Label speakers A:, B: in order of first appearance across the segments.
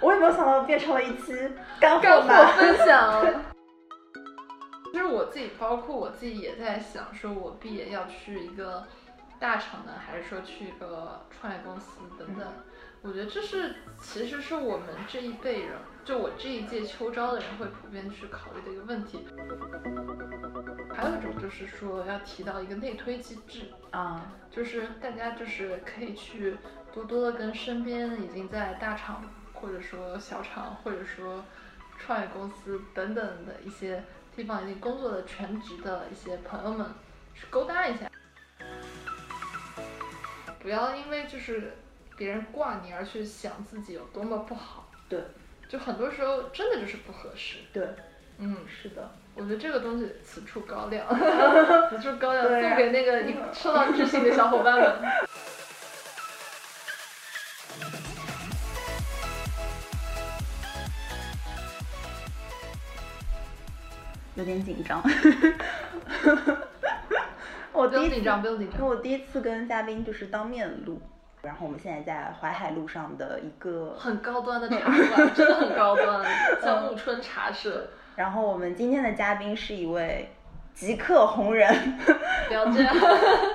A: 我也没有想到变成了一期干
B: 干
A: 货
B: 货
A: 吧。
B: 分享。 其实我自己，包括我自己也在想，说我毕业要去一个大厂呢，还是说去一个创业公司等等。我觉得这是其实是我们这一辈人，就我这一届秋招的人会普遍去考虑的一个问题。还有一种就是说要提到一个内推机制，
A: 啊，
B: 就是大家就是可以去多多的跟身边已经在大厂或者说小厂或者说创业公司等等的一些地方已经工作的全职的一些朋友们去勾搭一下，不要因为就是别人挂你而去想自己有多么不好，
A: 对
B: 就很多时候真的就是不合适。
A: 对，
B: 嗯，
A: 是的，
B: 我觉得这个东西此处高亮， 此处高亮，
A: 对啊
B: 送给那个你受到窒息的小伙伴们。
A: 有点紧张。 我
B: 不
A: 第
B: 用
A: 一次
B: 紧张，不用紧
A: 因为
B: 张。
A: 我第一次跟嘉宾就是当面录，然后我们现在在淮海路上的一个，
B: 很高端的茶馆，真的很高端，叫暮春茶社。
A: 然后我们今天的嘉宾是一位极客红人，
B: 不要这样。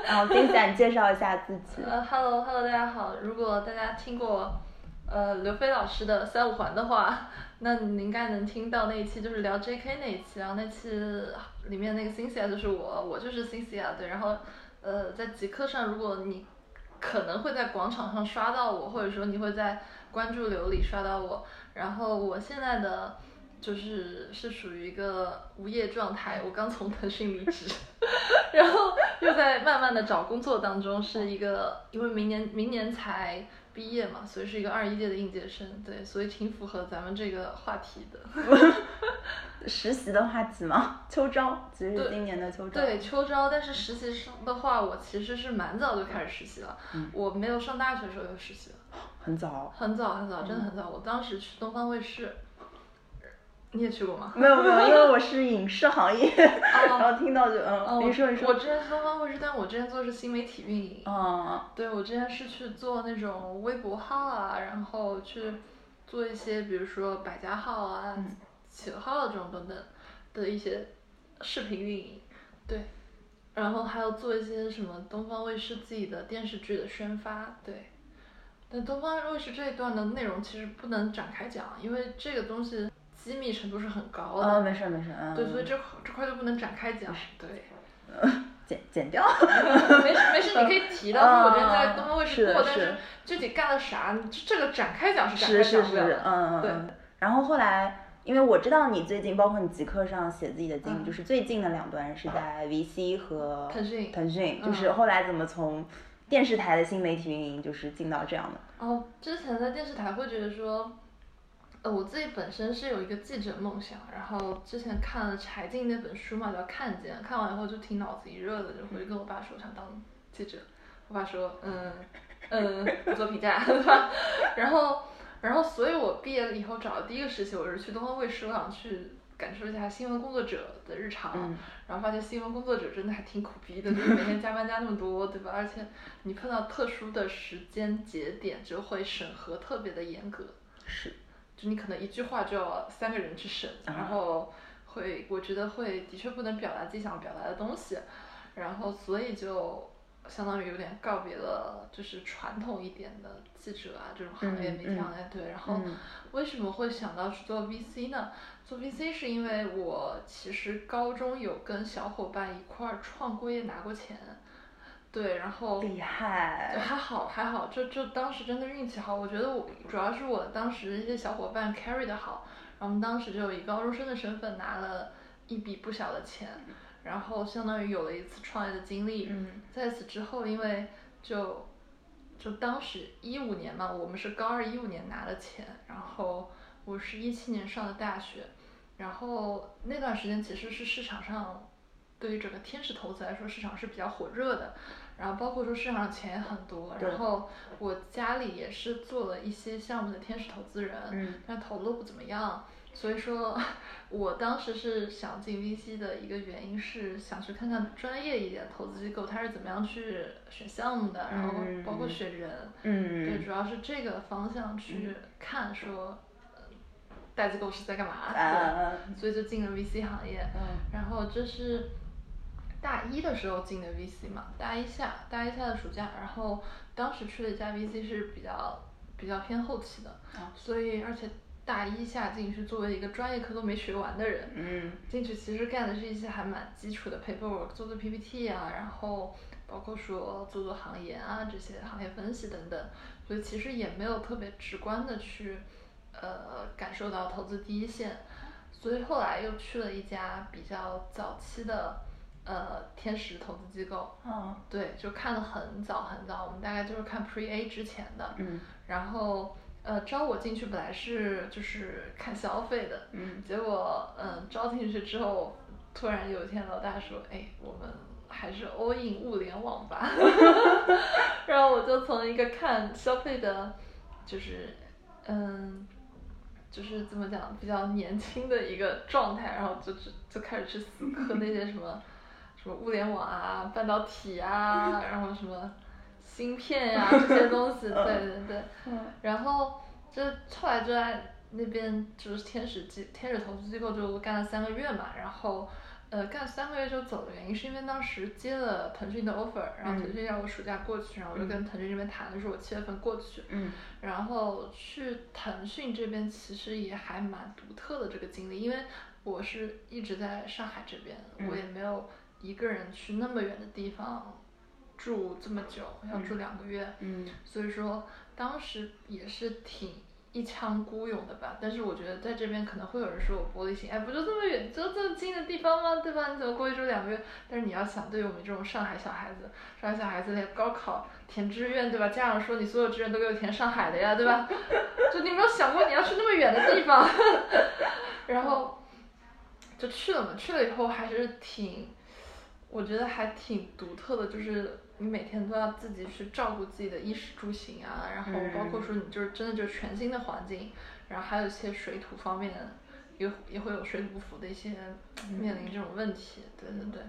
A: 然后丁仔你介绍一下自己。
B: 呃，Hello Hello，大家好。如果大家听过呃刘飞老师的三五环的话，那你应该能听到那一期就是聊 JK 那一期，然后那期里面那个 Cynthia 就是我，我就是 Cynthia 对，然后呃在极客上，如果你可能会在广场上刷到我，或者说你会在关注流里刷到我，然后我现在的。就是是属于一个无业状态，
A: 嗯
B: 我刚从腾讯离职， 然后又在慢慢的找工作当中，是一个因为明年明年才毕业嘛，所以是一个二一届的应届生，对，所以挺符合咱们这个话题的。
A: 实习的话几吗？秋招，其实是
B: 对
A: 今年的秋招。
B: 对，秋招，但是实习生的话，我其实是蛮早就开始实习了，
A: 嗯
B: 我没有上大学的时候就实习了，
A: 很早。
B: 很早很早，真的很早。我当时去东方卫视，你也去过吗？
A: 没有没有，因为我是影视行业， 然后听到就
B: 哦，
A: 嗯，你说你
B: 我
A: 说，
B: 之前是东方卫视，但我之前做的是新媒体运营。
A: 嗯
B: 对，我之前是去做那种微博号啊，然后去做一些，比如说百家号啊、
A: 嗯
B: 企鹅号这种等等的一些视频运营，对，然后还有做一些什么东方卫视自己的电视剧的宣发，对。但东方卫视这一段的内容其实不能展开讲，因为这个东西机密程度是很高
A: 嗯，
B: 的，
A: 没事没事，嗯，
B: 对，所以这块这块就不能展开讲，对。
A: 嗯剪剪掉。
B: 没事没事，你可以提到，说我之前在东方卫
A: 嗯是
B: 视
A: 的
B: 过，但
A: 是
B: 是具体干了啥，这这个展开讲展
A: 是
B: 开
A: 是
B: 讲
A: 是，
B: 不了
A: 嗯
B: 的。
A: 嗯
B: 对
A: 嗯。然后后来，因为我知道你最近，包括你极客上写自己的经历，
B: 嗯
A: 就是最近的两段是在 VC 和
B: 腾讯
A: 腾讯，
B: 嗯
A: 就是后来怎么从电视台的新媒体运营，就是进到这样的，
B: 哦，之前在电视台会觉得说，呃，我自己本身是有一个记者梦想，然后之前看了柴静那本书嘛，叫《看见》，看完以后就挺脑子一热的，就回去跟我爸说我想当记者，我爸说，嗯嗯，不做评价，对吧？然后然后，所以我毕业了以后找的第一个实习，我是去东方卫视，我想去感受一下新闻工作者的日常。
A: 嗯
B: 然后发现新闻工作者真的还挺苦逼的，就是每天加班加那么多，对吧？而且你碰到特殊的时间节点，就会审核特别的严格，
A: 是
B: 就你可能一句话就要三个人去审，
A: 啊
B: 然后会，我觉得会的确不能表达自己想表达的东西，然后所以就相当于有点告别了，就是传统一点的记者啊这种行业
A: 嗯
B: 媒体行业，对，然后。
A: 嗯
B: 为什么会想到去做 VC 呢？做 VC 是因为我其实高中有跟小伙伴一块儿创过业拿过钱，对，然后
A: 厉
B: 对
A: 害，
B: 还好还好，就就当时真的运气好，我觉得我主要是我当时一些小伙伴 carry 的好，然后我们当时就以高中生的身份拿了一笔不小的钱，然后相当于有了一次创业的经历，
A: 嗯
B: 在此之后，因为就就当时一五年嘛，我们是高二一五年拿的钱，然后我是一七年上的大学，然后那段时间其实是市场上对于整个天使投资来说，市场是比较火热的，然后包括说市场上钱也很多，
A: 对
B: 然后我家里也是做了一些项目的天使投资人，
A: 嗯
B: 但投的不怎么样，所以说我当时是想进 VC 的一个原因是想去看看专业一点的投资机构它是怎么样去选项目的，然后包括选人，对，
A: 嗯
B: 主要是这个方向去看说代机构是在干嘛，
A: 啊
B: 对嗯所以就进了 VC 行业。
A: 嗯
B: 然后这是大一的时候进的 VC 嘛，大一下大一下的暑假，然后当时去了一家 VC 是比较比较偏后期的，
A: 啊
B: 所以而且大一下进是作为一个专业课都没学完的人，
A: 嗯
B: 进去其实干的是一些还蛮基础的 paperwork，做做 PPT 啊，然后包括说做做行研啊这些行业分析等等，所以其实也没有特别直观的去呃感受到投资第一线，所以后来又去了一家比较早期的呃天使投资机构，
A: 哦
B: 对，就看了很早很早，我们大概就是看 Pre A 之前的，
A: 嗯
B: 然后呃招我进去本来是就是看消费的，
A: 嗯
B: 结果嗯招进去之后，突然有一天老大说，哎，我们还是 all in 物联网吧， 然后我就从一个看消费的，就是嗯。就是怎么讲，比较年轻的一个状态，然后就就就开始去死磕那些什么什么物联网啊、半导体啊，然后什么芯片呀、这些东 西，对对对。
A: 嗯
B: 然后就后来就在那边就是天使机天使投资机构就干了三个月嘛，然后呃干三个月就走的原因是因为当时接了腾讯的 offer，然后
A: 嗯
B: 腾讯让我暑假过去，然后我就跟腾讯这边谈的是我七月份过去，
A: 嗯
B: 然后去腾讯这边其实也还蛮独特的这个经历，因为我是一直在上海这边，
A: 嗯
B: 我也没有一个人去那么远的地方住这么久，要住两个月，
A: 嗯
B: 所以说当时也是挺一腔孤勇的吧。但是我觉得在这边可能会有人说我玻璃心，哎，不就这么远，就这么近的地方吗？对吧？你怎么过去住两个月？但是你要想，对于我们这种上海小孩子，上海小孩子连高考填志愿，对吧？家长说你所有志愿都给我填上海的呀，对吧？ 就你有没有想过你要去那么远的地方， 然后就去了嘛。去了以后还是挺。我觉得还挺独特的，就是你每天都要自己去照顾自己的衣食住行啊，然后包括
A: 嗯
B: 说你就是真的就是全新的环境，然后还有一些水土方面也也会有水土不服的一些
A: 嗯
B: 面临这种问题，对对对。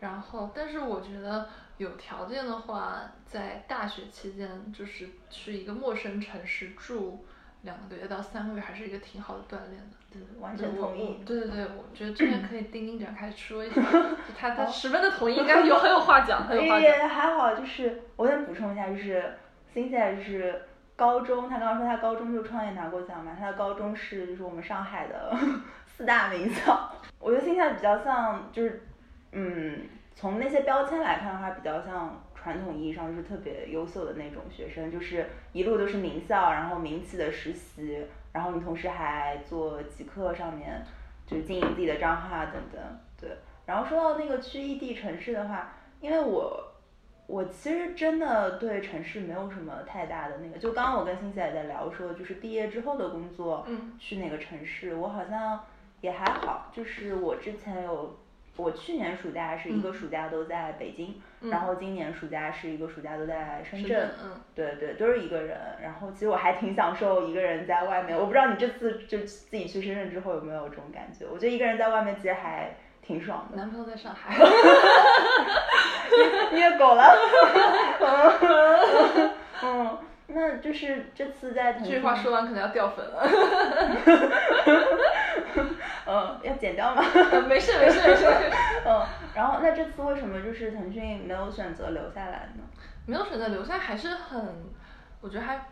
B: 然后，但是我觉得有条件的话，在大学期间就是去一个陌生城市住两个月到三个月，还是一个挺好的锻炼的。
A: 嗯，完全
B: 对
A: 同
B: 我
A: 意
B: 我。对对对，我觉得这边可以丁丁展开说一下，就他他十分的同意，应该有很有话讲，很有话
A: 也
B: 讲。
A: 还好，就是我想补充一下，就是 Cynthia 就是高中，他刚刚说他高中就创业拿过奖嘛，他的高中是就是我们上海的 四大名校。我觉得 Cynthia 比较像，就是嗯，从那些标签来看的话，比较像传统意义上就是特别优秀的那种学生，就是一路都是名校，然后名企的实习，然后你同时还做极客上面就是经营自己的账号啊等等，对。然后说到那个去异地城市的话，因为我我其实真的对城市没有什么太大的那个，就刚刚我跟欣姐也在聊说，就是毕业之后的工作，
B: 嗯
A: 去哪个城市，我好像也还好，就是我之前有。我去年暑假是一个
B: 嗯
A: 暑假都在北京，
B: 嗯
A: 然后今年暑假是一个暑假都在深
B: 深
A: 圳，
B: 圳嗯
A: 对对，都是一个人。然后其实我还挺享受一个人在外面，我不知道你这次就自己去深圳之后有没有这种感觉？我觉得一个人在外面其实还挺爽的，
B: 男朋友在上海，
A: 虐狗了。嗯，那就是这次在腾
B: 这
A: 讯，
B: 句话说完可能要掉粉了。
A: 嗯，要剪掉吗？
B: 没事没事没事，
A: 嗯，然后那这次为什么就是腾讯没有选择留下来呢？
B: 没有选择留下还是很，我觉得还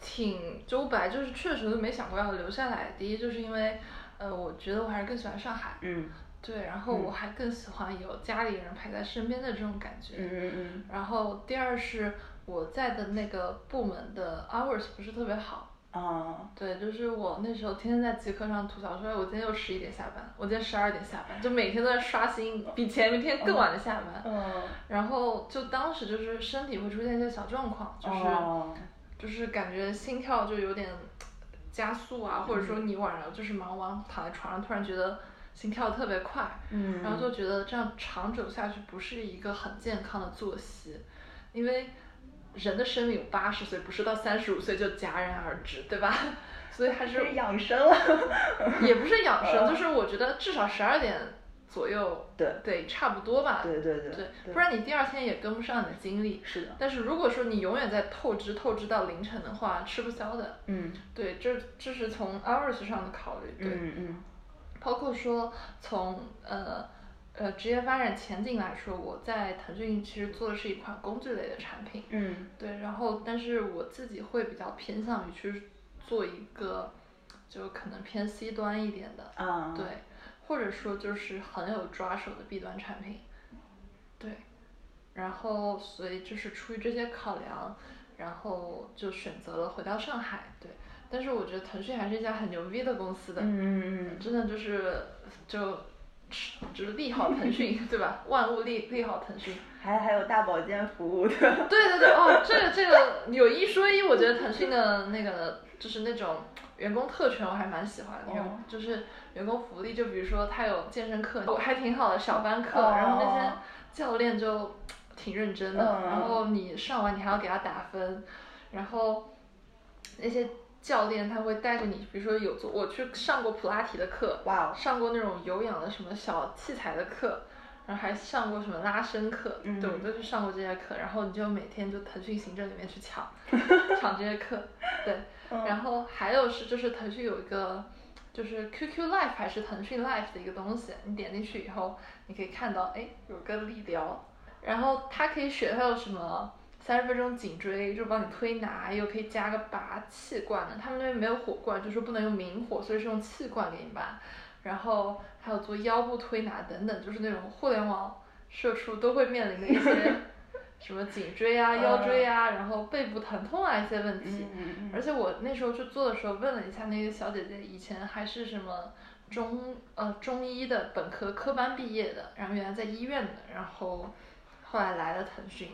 B: 挺，就我本来就是确实都没想过要留下来。第一就是因为，呃，我觉得我还是更喜欢上海，
A: 嗯
B: 对，然后我还更喜欢有家里人陪在身边的这种感觉，
A: 嗯嗯
B: 然后第二是我在的那个部门的 hours 不是特别好，
A: 嗯，啊、
B: 对，就是我那时候天天在极客上吐槽说，哎我今天又十一点下班，我今天十二点下班，就每天都在刷新比前一天更晚的下班，
A: 嗯，
B: 然后就当时就是身体会出现一些小状况，就是、
A: 哦
B: 就是感觉心跳就有点加速啊，或者说
A: 嗯
B: 你晚上就是忙完躺在床上突然觉得心跳特别快，
A: 嗯，
B: 然后就觉得这样长久下去不是一个很健康的作息，因为人的生命有八十岁，不是到三十五岁就戛然而止，对吧？ 所以还是
A: 是养生了。嗯
B: 也不是养生，就是我觉得至少十二点左右，
A: 对
B: 对，差不多吧，
A: 对对对
B: 对，
A: 对
B: 不然你第二天也跟不上你的精力。
A: 是的，
B: 但是如果说你永远在透支透支到凌晨的话，吃不消的。
A: 嗯
B: 对，这这是从 hours 上的考虑，对，
A: 嗯嗯
B: 包括说从呃呃职业发展前景来说，我在腾讯其实做的是一款工具类的产品，
A: 嗯
B: 对，然后但是我自己会比较偏向于去做一个，就可能偏 C 端一点的，
A: 啊，
B: 对，或者说就是很有抓手的 B 端产品，对，然后所以就是出于这些考量，然后就选择了回到上海，对，但是我觉得腾讯还是一家很牛逼的公司的，
A: 嗯嗯嗯
B: 真的就是就就是利好腾讯， 对吧？万物利利好腾讯。
A: 还还有大保健服务的，
B: 对对对，哦，这个这个有一说一，我觉得腾讯的那个就是那种员工特权，我还蛮喜欢的，员
A: 哦
B: 就是员工福利，就比如说他有健身课，我还挺好的小班课，
A: 哦
B: 然后那些教练就挺认真的，
A: 嗯
B: 然后你上完你还要给他打分，然后那些。教练他会带着你，比如说有做我去上过普拉提的课，
A: 哇哦
B: 上过那种有氧的什么小器材的课，然后还上过什么拉伸课，
A: 嗯
B: 对我都去上过这些课，然后你就每天就腾讯行政里面去抢抢这些课，对，
A: 嗯
B: 然后还有是就是腾讯有一个就是 QQ Live 还是腾讯 Live 的一个东西，你点进去以后，你可以看到哎有个力聊，然后它可以选它有什么。三十分钟颈椎就帮你推拿，又可以加个拔气罐的。他们那边没有火罐，就说不能用明火，所以是用气罐给你拔。然后还有做腰部推拿等等，就是那种互联网社畜都会面临的一些 什么颈椎啊、
A: 嗯
B: 腰椎啊，然后背部疼痛啊一些问题。
A: 嗯嗯
B: 而且我那时候去做的时候，问了一下那个小姐姐，以前还是什么中呃中医的本科科班毕业的，然后原来在医院的，然后后来来了腾讯，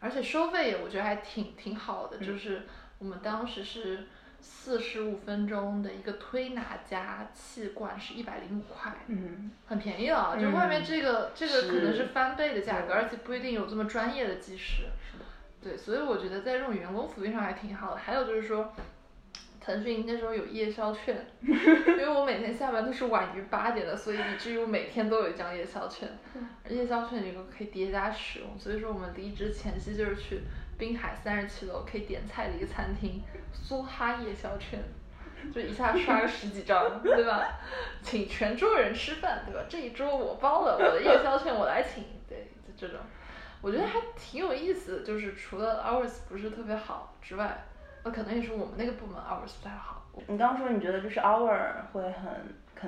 B: 而且收费也我觉得还挺挺好的，
A: 嗯
B: 就是我们当时是四十五分钟的一个推拿加气罐是一百零五块，
A: 嗯
B: 很便宜了啊，就
A: 嗯
B: 外面这个、这个可能
A: 是
B: 是翻倍的价格，
A: 对
B: 而且不一定有这么专业的技师。对，所以我觉得在这种员工福利上还挺好的。还有就是说，腾讯那时候有夜宵券， 因为我每天下班都是晚于八点的，所以以至于我每天都有一张夜宵券。夜宵券有个可以叠加使用，所以说我们离职前夕就是去滨海三十七楼可以点菜的一个餐厅——苏哈夜宵券。就一下刷个十几张，对吧？请全桌人吃饭，对吧？这一桌我包了，我的夜宵券我来请，对，就这种，我觉得还挺有意思的。就是除了 hours 不是特别好之外，呃，可能也是我们那个部门 hours 不太好。
A: 你刚说你觉得就是 hour 会很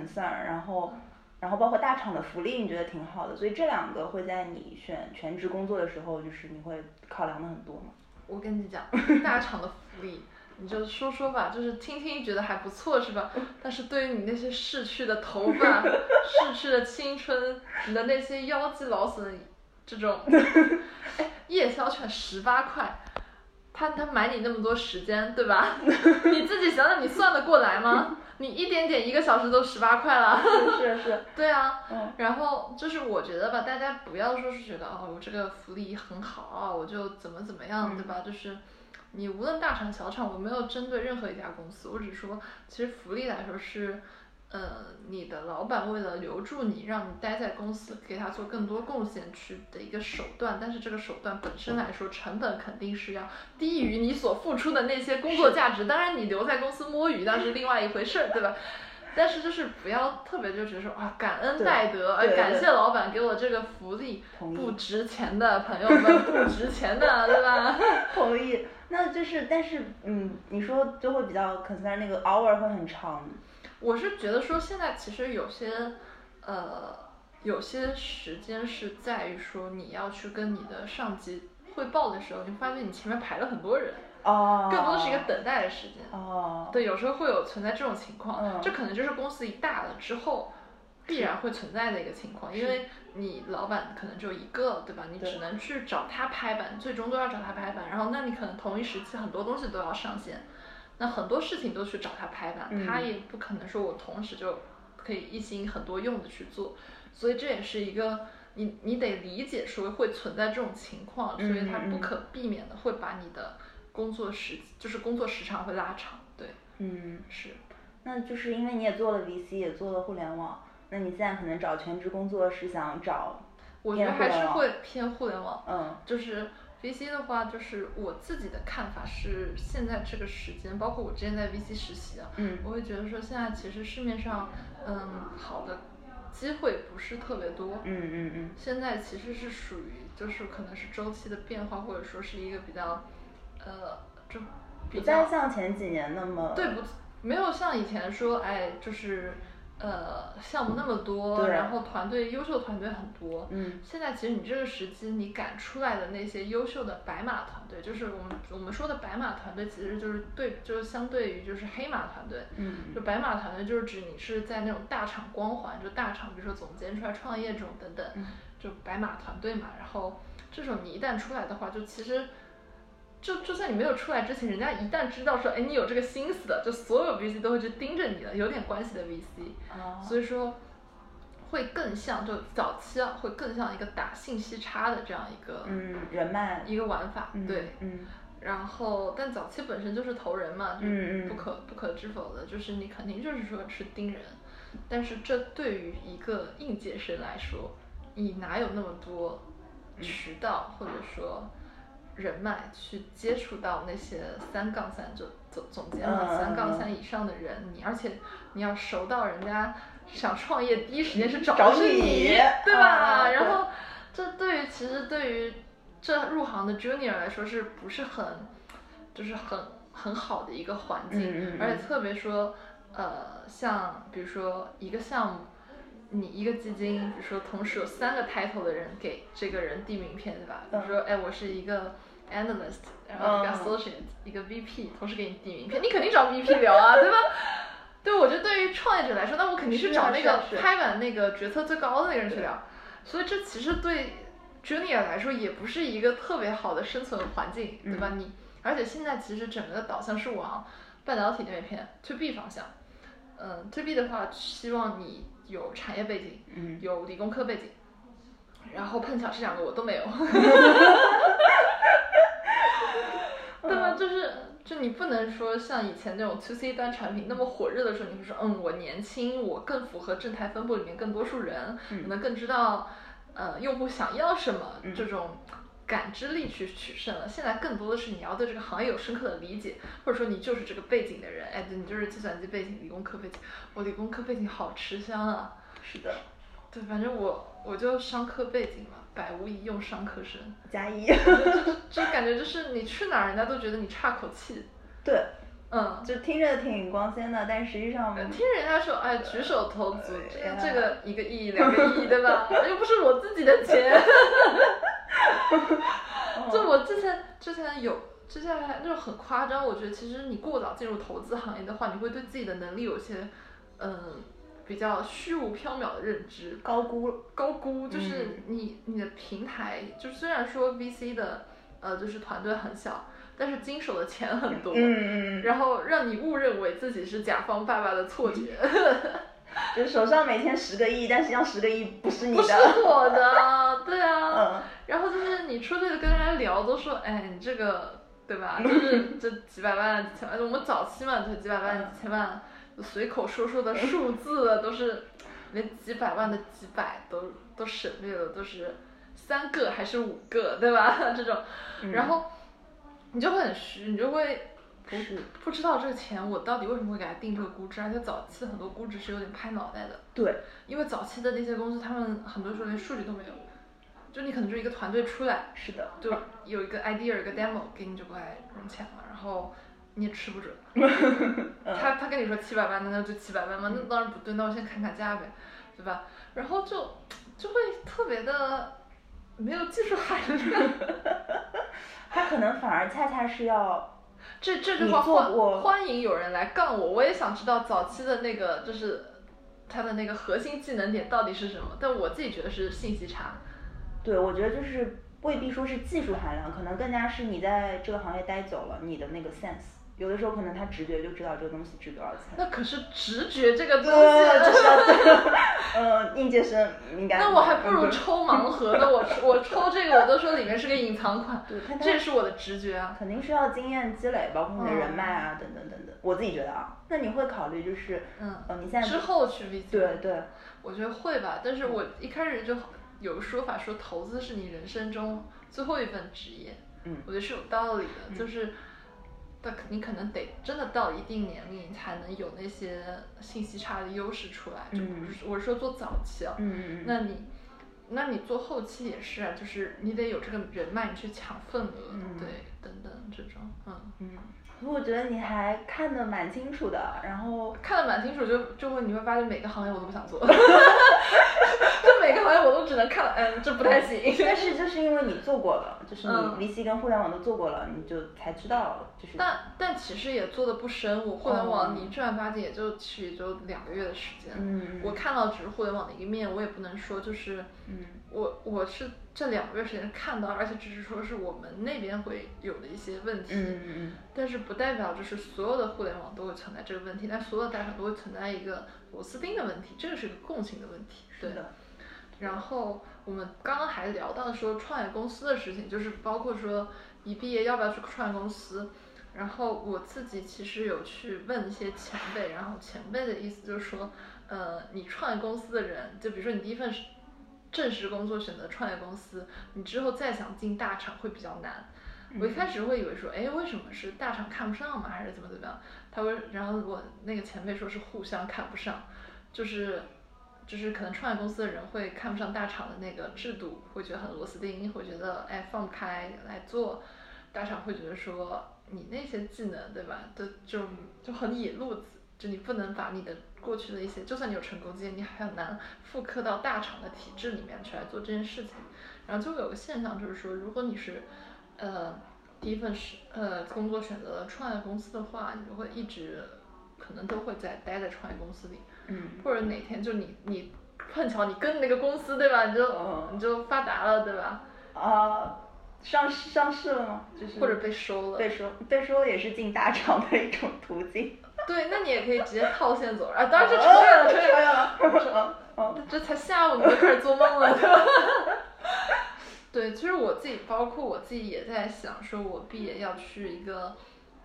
A: concern，然后然后包括大厂的福利你觉得挺好的，所以这两个会在你选全职工作的时候，就是你会考量的很多吗？
B: 我跟你讲，大厂的福利，你就说说吧，就是听听觉得还不错是吧？但是对于你那些逝去的头发、逝去的青春，你的那些腰肌劳损，这种，哎，夜宵券十八块。他他买你那么多时间，对吧？你自己想想，你算得过来吗？你一点点一个小时都十八块了。
A: 是是是，
B: 对啊，
A: 嗯
B: 然后就是我觉得吧，大家不要说是觉得哦，我这个福利很好啊，我就怎么怎么样，
A: 嗯
B: 对吧？就是你无论大厂小厂，我没有针对任何一家公司，我只说其实福利来说是，呃，你的老板为了留住你，让你待在公司，给他做更多贡献去的一个手段，但是这个手段本身来说，成本肯定是要低于你所付出的那些工作价值。当然，你留在公司摸鱼那是另外一回事儿，对吧？但是就是不要特别就觉得说啊，感恩
A: 对
B: 戴德，哎，
A: 对
B: 感
A: 对
B: 谢老板给我这个福利，
A: 同意
B: 不值钱的朋友们，不值钱 的，对吧？
A: 同意。那就是，但是，嗯，你说就会比较 concern 那个 hour 会很长，
B: 我是觉得说现在其实有些，呃，有些时间是在于说你要去跟你的上级汇报的时候，你会发现你前面排了很多人，
A: 哦，
B: 更多的是一个等待的时间。
A: 哦，
B: 对，有时候会有存在这种情况，
A: 嗯
B: 这可能就是公司一大了之后必然会存在的一个情况，因为你老板可能只有一个，对吧？你
A: 对
B: 只能去找他拍板，最终都要找他拍板，然后那你可能同一时期很多东西都要上线，那很多事情都去找他拍板，
A: 嗯
B: 他也不可能说我同时就可以一心很多用的去做，所以这也是一个。你你得理解说会存在这种情况，所以它
A: 嗯嗯
B: 不可避免的会把你的工作时就是工作时长会拉长，对。
A: 嗯，
B: 是，
A: 那就是因为你也做了 VC，也做了互联网，那你现在可能找全职工作是想找，
B: 我觉得
A: 偏互
B: 还
A: 联
B: 是
A: 网
B: 会偏互联网。
A: 嗯
B: 就是 VC 的话，就是我自己的看法是，现在这个时间，包括我之前在 VC 实习啊，
A: 嗯
B: 我会觉得说现在其实市面上，嗯，好的机会不是特别多，
A: 嗯嗯嗯
B: 现在其实是属于就是可能是周期的变化，或者说是一个比较，呃，就
A: 不
B: 比
A: 再
B: 较
A: 像前几年那么
B: 对不没有像以前说哎就是。呃，项目那么多，
A: 对
B: 然后团队优秀团队很多，
A: 嗯
B: 现在其实你这个时机，你赶出来的那些优秀的白马团队，就是我们我们说的白马团队，其实就是对，就是相对于就是黑马团队。
A: 嗯
B: 就白马团队就是指你是在那种大厂光环，就大厂，比如说总监出来创业这种等等，
A: 嗯
B: 就白马团队嘛。然后这种你一旦出来的话，就其实。就就算你没有出来之前，人家一旦知道说，哎，你有这个心思的，就所有 VC 都会去盯着你的，有点关系的 VC。
A: 哦
B: 所以说会更像就早期啊，会更像一个打信息差的这样一个、
A: 嗯人脉
B: 一个玩法，
A: 嗯
B: 对。
A: 嗯
B: 然后，但早期本身就是投人嘛，就
A: 嗯嗯
B: 不可不可知否的，就是你肯定就是说是盯人，但是这对于一个应届生来说，你哪有那么多
A: 嗯
B: 渠道、或者说人脉去接触到那些三杠三就总总监
A: 嗯嗯
B: 嘛，
A: 嗯
B: 三杠三以上的人，你而且你要熟到人家想创业第一时间是找
A: 找
B: 的是
A: 你
B: 对吧？
A: 啊对
B: 然后这对于其实对于这入行的 junior 来说是不是很，就是很很好的一个环境，
A: 嗯嗯嗯
B: 而且特别说，呃，像比如说一个项目，你一个基金，比如说同时有三个 title 的人给这个人递名片，对吧？比
A: 嗯
B: 如说，哎，我是一个 analyst，然后一个
A: 嗯
B: associate，、一个 VP，同时给你递名片，你肯定找 VP 聊啊，对吧？ 对，我觉得对于创业者来说，那我肯定是
A: 是啊
B: 找那
A: 是啊
B: 个
A: 是啊
B: 拍板那个决策最高的那个人去聊。所以这其实对 junior 来说也不是一个特别好的生存环境，对吧？你而且现在其实整个的导向是往半导体那边偏 to B 方向。嗯，to B 的话，希望你有产业背景，
A: 嗯
B: 有理工科背景。然后碰巧这两个我都 没有，对
A: 嗯
B: 吧？就是就你不能说像以前那种 to C 端产品那么火热的时候，你会说，嗯，我年轻，我更符合正态分布里面更多数人，
A: 嗯
B: 可能更知道呃用户想要什么
A: 嗯
B: 这种感知力去取胜了。现在更多的是你要对这个行业有深刻的理解，或者说你就是这个背景的人，哎，对你就是计算机背景、理工科背景，我理工科背景好吃香啊。
A: 是的
B: 对，反正我我就商科背景嘛，百无一用商科生，
A: 加 一
B: 就感觉就是你去哪儿人家都觉得你差口气，
A: 对，
B: 嗯。
A: 就听着挺光鲜的，但实际上
B: 呃听人家说，哎，举手投足，这
A: 嗯哎呀
B: 这个一个亿，两个亿，对吧？ 又不是我自己的钱。
A: 哦
B: 就我之前之前有之前还就是很夸张，我觉得其实你过早进入投资行业的话，你会对自己的能力有一些嗯比较虚无缥缈的认知，
A: 高估
B: 高估，就是
A: 嗯
B: 你你的平台，就是虽然说 VC 的呃就是团队很小，但是经手的钱很多，
A: 嗯嗯嗯，
B: 然后让你误认为自己是甲方爸爸的错觉，
A: 嗯 就是手上每天十个亿，但实际上十个亿不是你
B: 不是
A: 的，
B: 我的，对啊，
A: 嗯
B: 然后就是你出去跟人家聊，都说，哎，你这个对吧？就是这几百万、几千万，我们早期嘛，就几百万、几千万，就随口说说的数字都是连几百万的几百都都省略了，都是三个还是五个，对吧？ 这种，然后你就会很虚，你就会不
A: 是
B: 不知道这个钱我到底为什么会给它定这个估值，而且早期很多估值是有点拍脑袋的。
A: 对，
B: 因为早期的那些公司，他们很多时候连数据都没有，就你可能就一个团队出来，
A: 是的，
B: 就有一个 idea，有一个 demo 给你就过来融钱了，然后你也吃不准。他他跟你说七百万，那那就七百万嘛，那当然不对，那我先砍砍价呗，对吧？然后就就会特别的没有技术含量。
A: 他可能反而恰恰是要
B: 这这句话
A: 你做
B: 欢
A: 过
B: 欢迎有人来杠我，我也想知道早期的那个就是他的那个核心技能点到底是什么，但我自己觉得是信息差。
A: 对我觉得就是未必说是技术含量，可能更加是你在这个行业待久了，你的那个 sense。有的时候可能他直觉就知道这个东西值多少钱。
B: 那可是直觉这个东
A: 呃，就是
B: 西，啊
A: 要对，嗯，应届生应该。嗯
B: 那我还不如抽盲盒呢。我我抽这个，我都说里面是个隐 藏款
A: 对它，它
B: 这嗯是我的直觉啊。
A: 肯定是要经验积累，包括你的人脉啊，等等等等。我自己觉得啊，那你会考虑就是，
B: 嗯
A: 呃，你现在
B: 之后去 VC，
A: 对对，
B: 我觉得会吧，但是我一开始就有个说法说，投资是你人生中最后一份职业，
A: 嗯
B: 我觉得是有道理的，就是，但可你可能得真的到一定年龄，你才能有那些信息差的优势出来，就
A: 嗯
B: 不是我是说做早期啊，
A: 嗯嗯嗯，
B: 那你。那你做后期也是啊，就是你得有这个人脉，你去抢份额，
A: 嗯
B: 对，等等这种，嗯，
A: 嗯，我觉得你还看得蛮清楚的，然后
B: 看得蛮清楚，就就会你会发现每个行业我都不想做， 就每个行业我都只能看了，嗯，这不太行。
A: 但是就是因为你做过了，就是
B: 嗯
A: 你 VC 跟互联网都做过了，你就才知道就是。
B: 但但其实也做的不深，我互联
A: 哦
B: 网你正儿八经也就去也就两个月的时间，
A: 嗯
B: 我看到只是互联网的一面，我也不能说就是，
A: 嗯
B: 我我是这两个月时间看到，而且只是说是我们那边会有的一些问题，
A: 嗯嗯
B: 但是不代表就是所有的互联网都会存在这个问题，但所有的大厂都会存在一个螺丝钉的问题，这个是个共性的问题，
A: 嗯，
B: 对
A: 是。的，
B: 然后我们刚刚还聊到说创业公司的事情，就是包括说一毕业要不要去创业公司。然后我自己其实有去问一些前辈，然后前辈的意思就是说，呃，你创业公司的人，就比如说你第一份是正式工作选择创业公司，你之后再想进大厂会比较难。我一开始会以为说，哎，为什么是大厂看不上吗？还是怎么怎么样？他会，然后我那个前辈说是互相看不上，就是就是可能创业公司的人会看不上大厂的那个制度，会觉得很螺丝钉，会觉得哎放不开来做，大厂会觉得说你那些技能对吧，都就就很野路子，就你不能把你的过去的一些，就算你有成功经验，你很难复刻到大厂的体制里面去来做这件事情。然后就有个现象就是说，如果你是呃第一份是呃工作选择了创业公司的话，你就会一直可能都会在待在创业公司里。
A: 嗯
B: 或者哪天就你你碰巧你跟那个公司对吧，你就、
A: 嗯
B: 你就发达了对吧，
A: 啊，上市上市了吗？就是
B: 或者被收了，
A: 被收被收也是进大厂的一种途径。哦
B: 对，那你也可以直接套现走啊，当然这扯远了，扯远了，
A: 了， 嗯
B: 哦这才下午你就开始做梦了，对吧？对，其实我自己，包括我自己也在想，说我毕业要去一个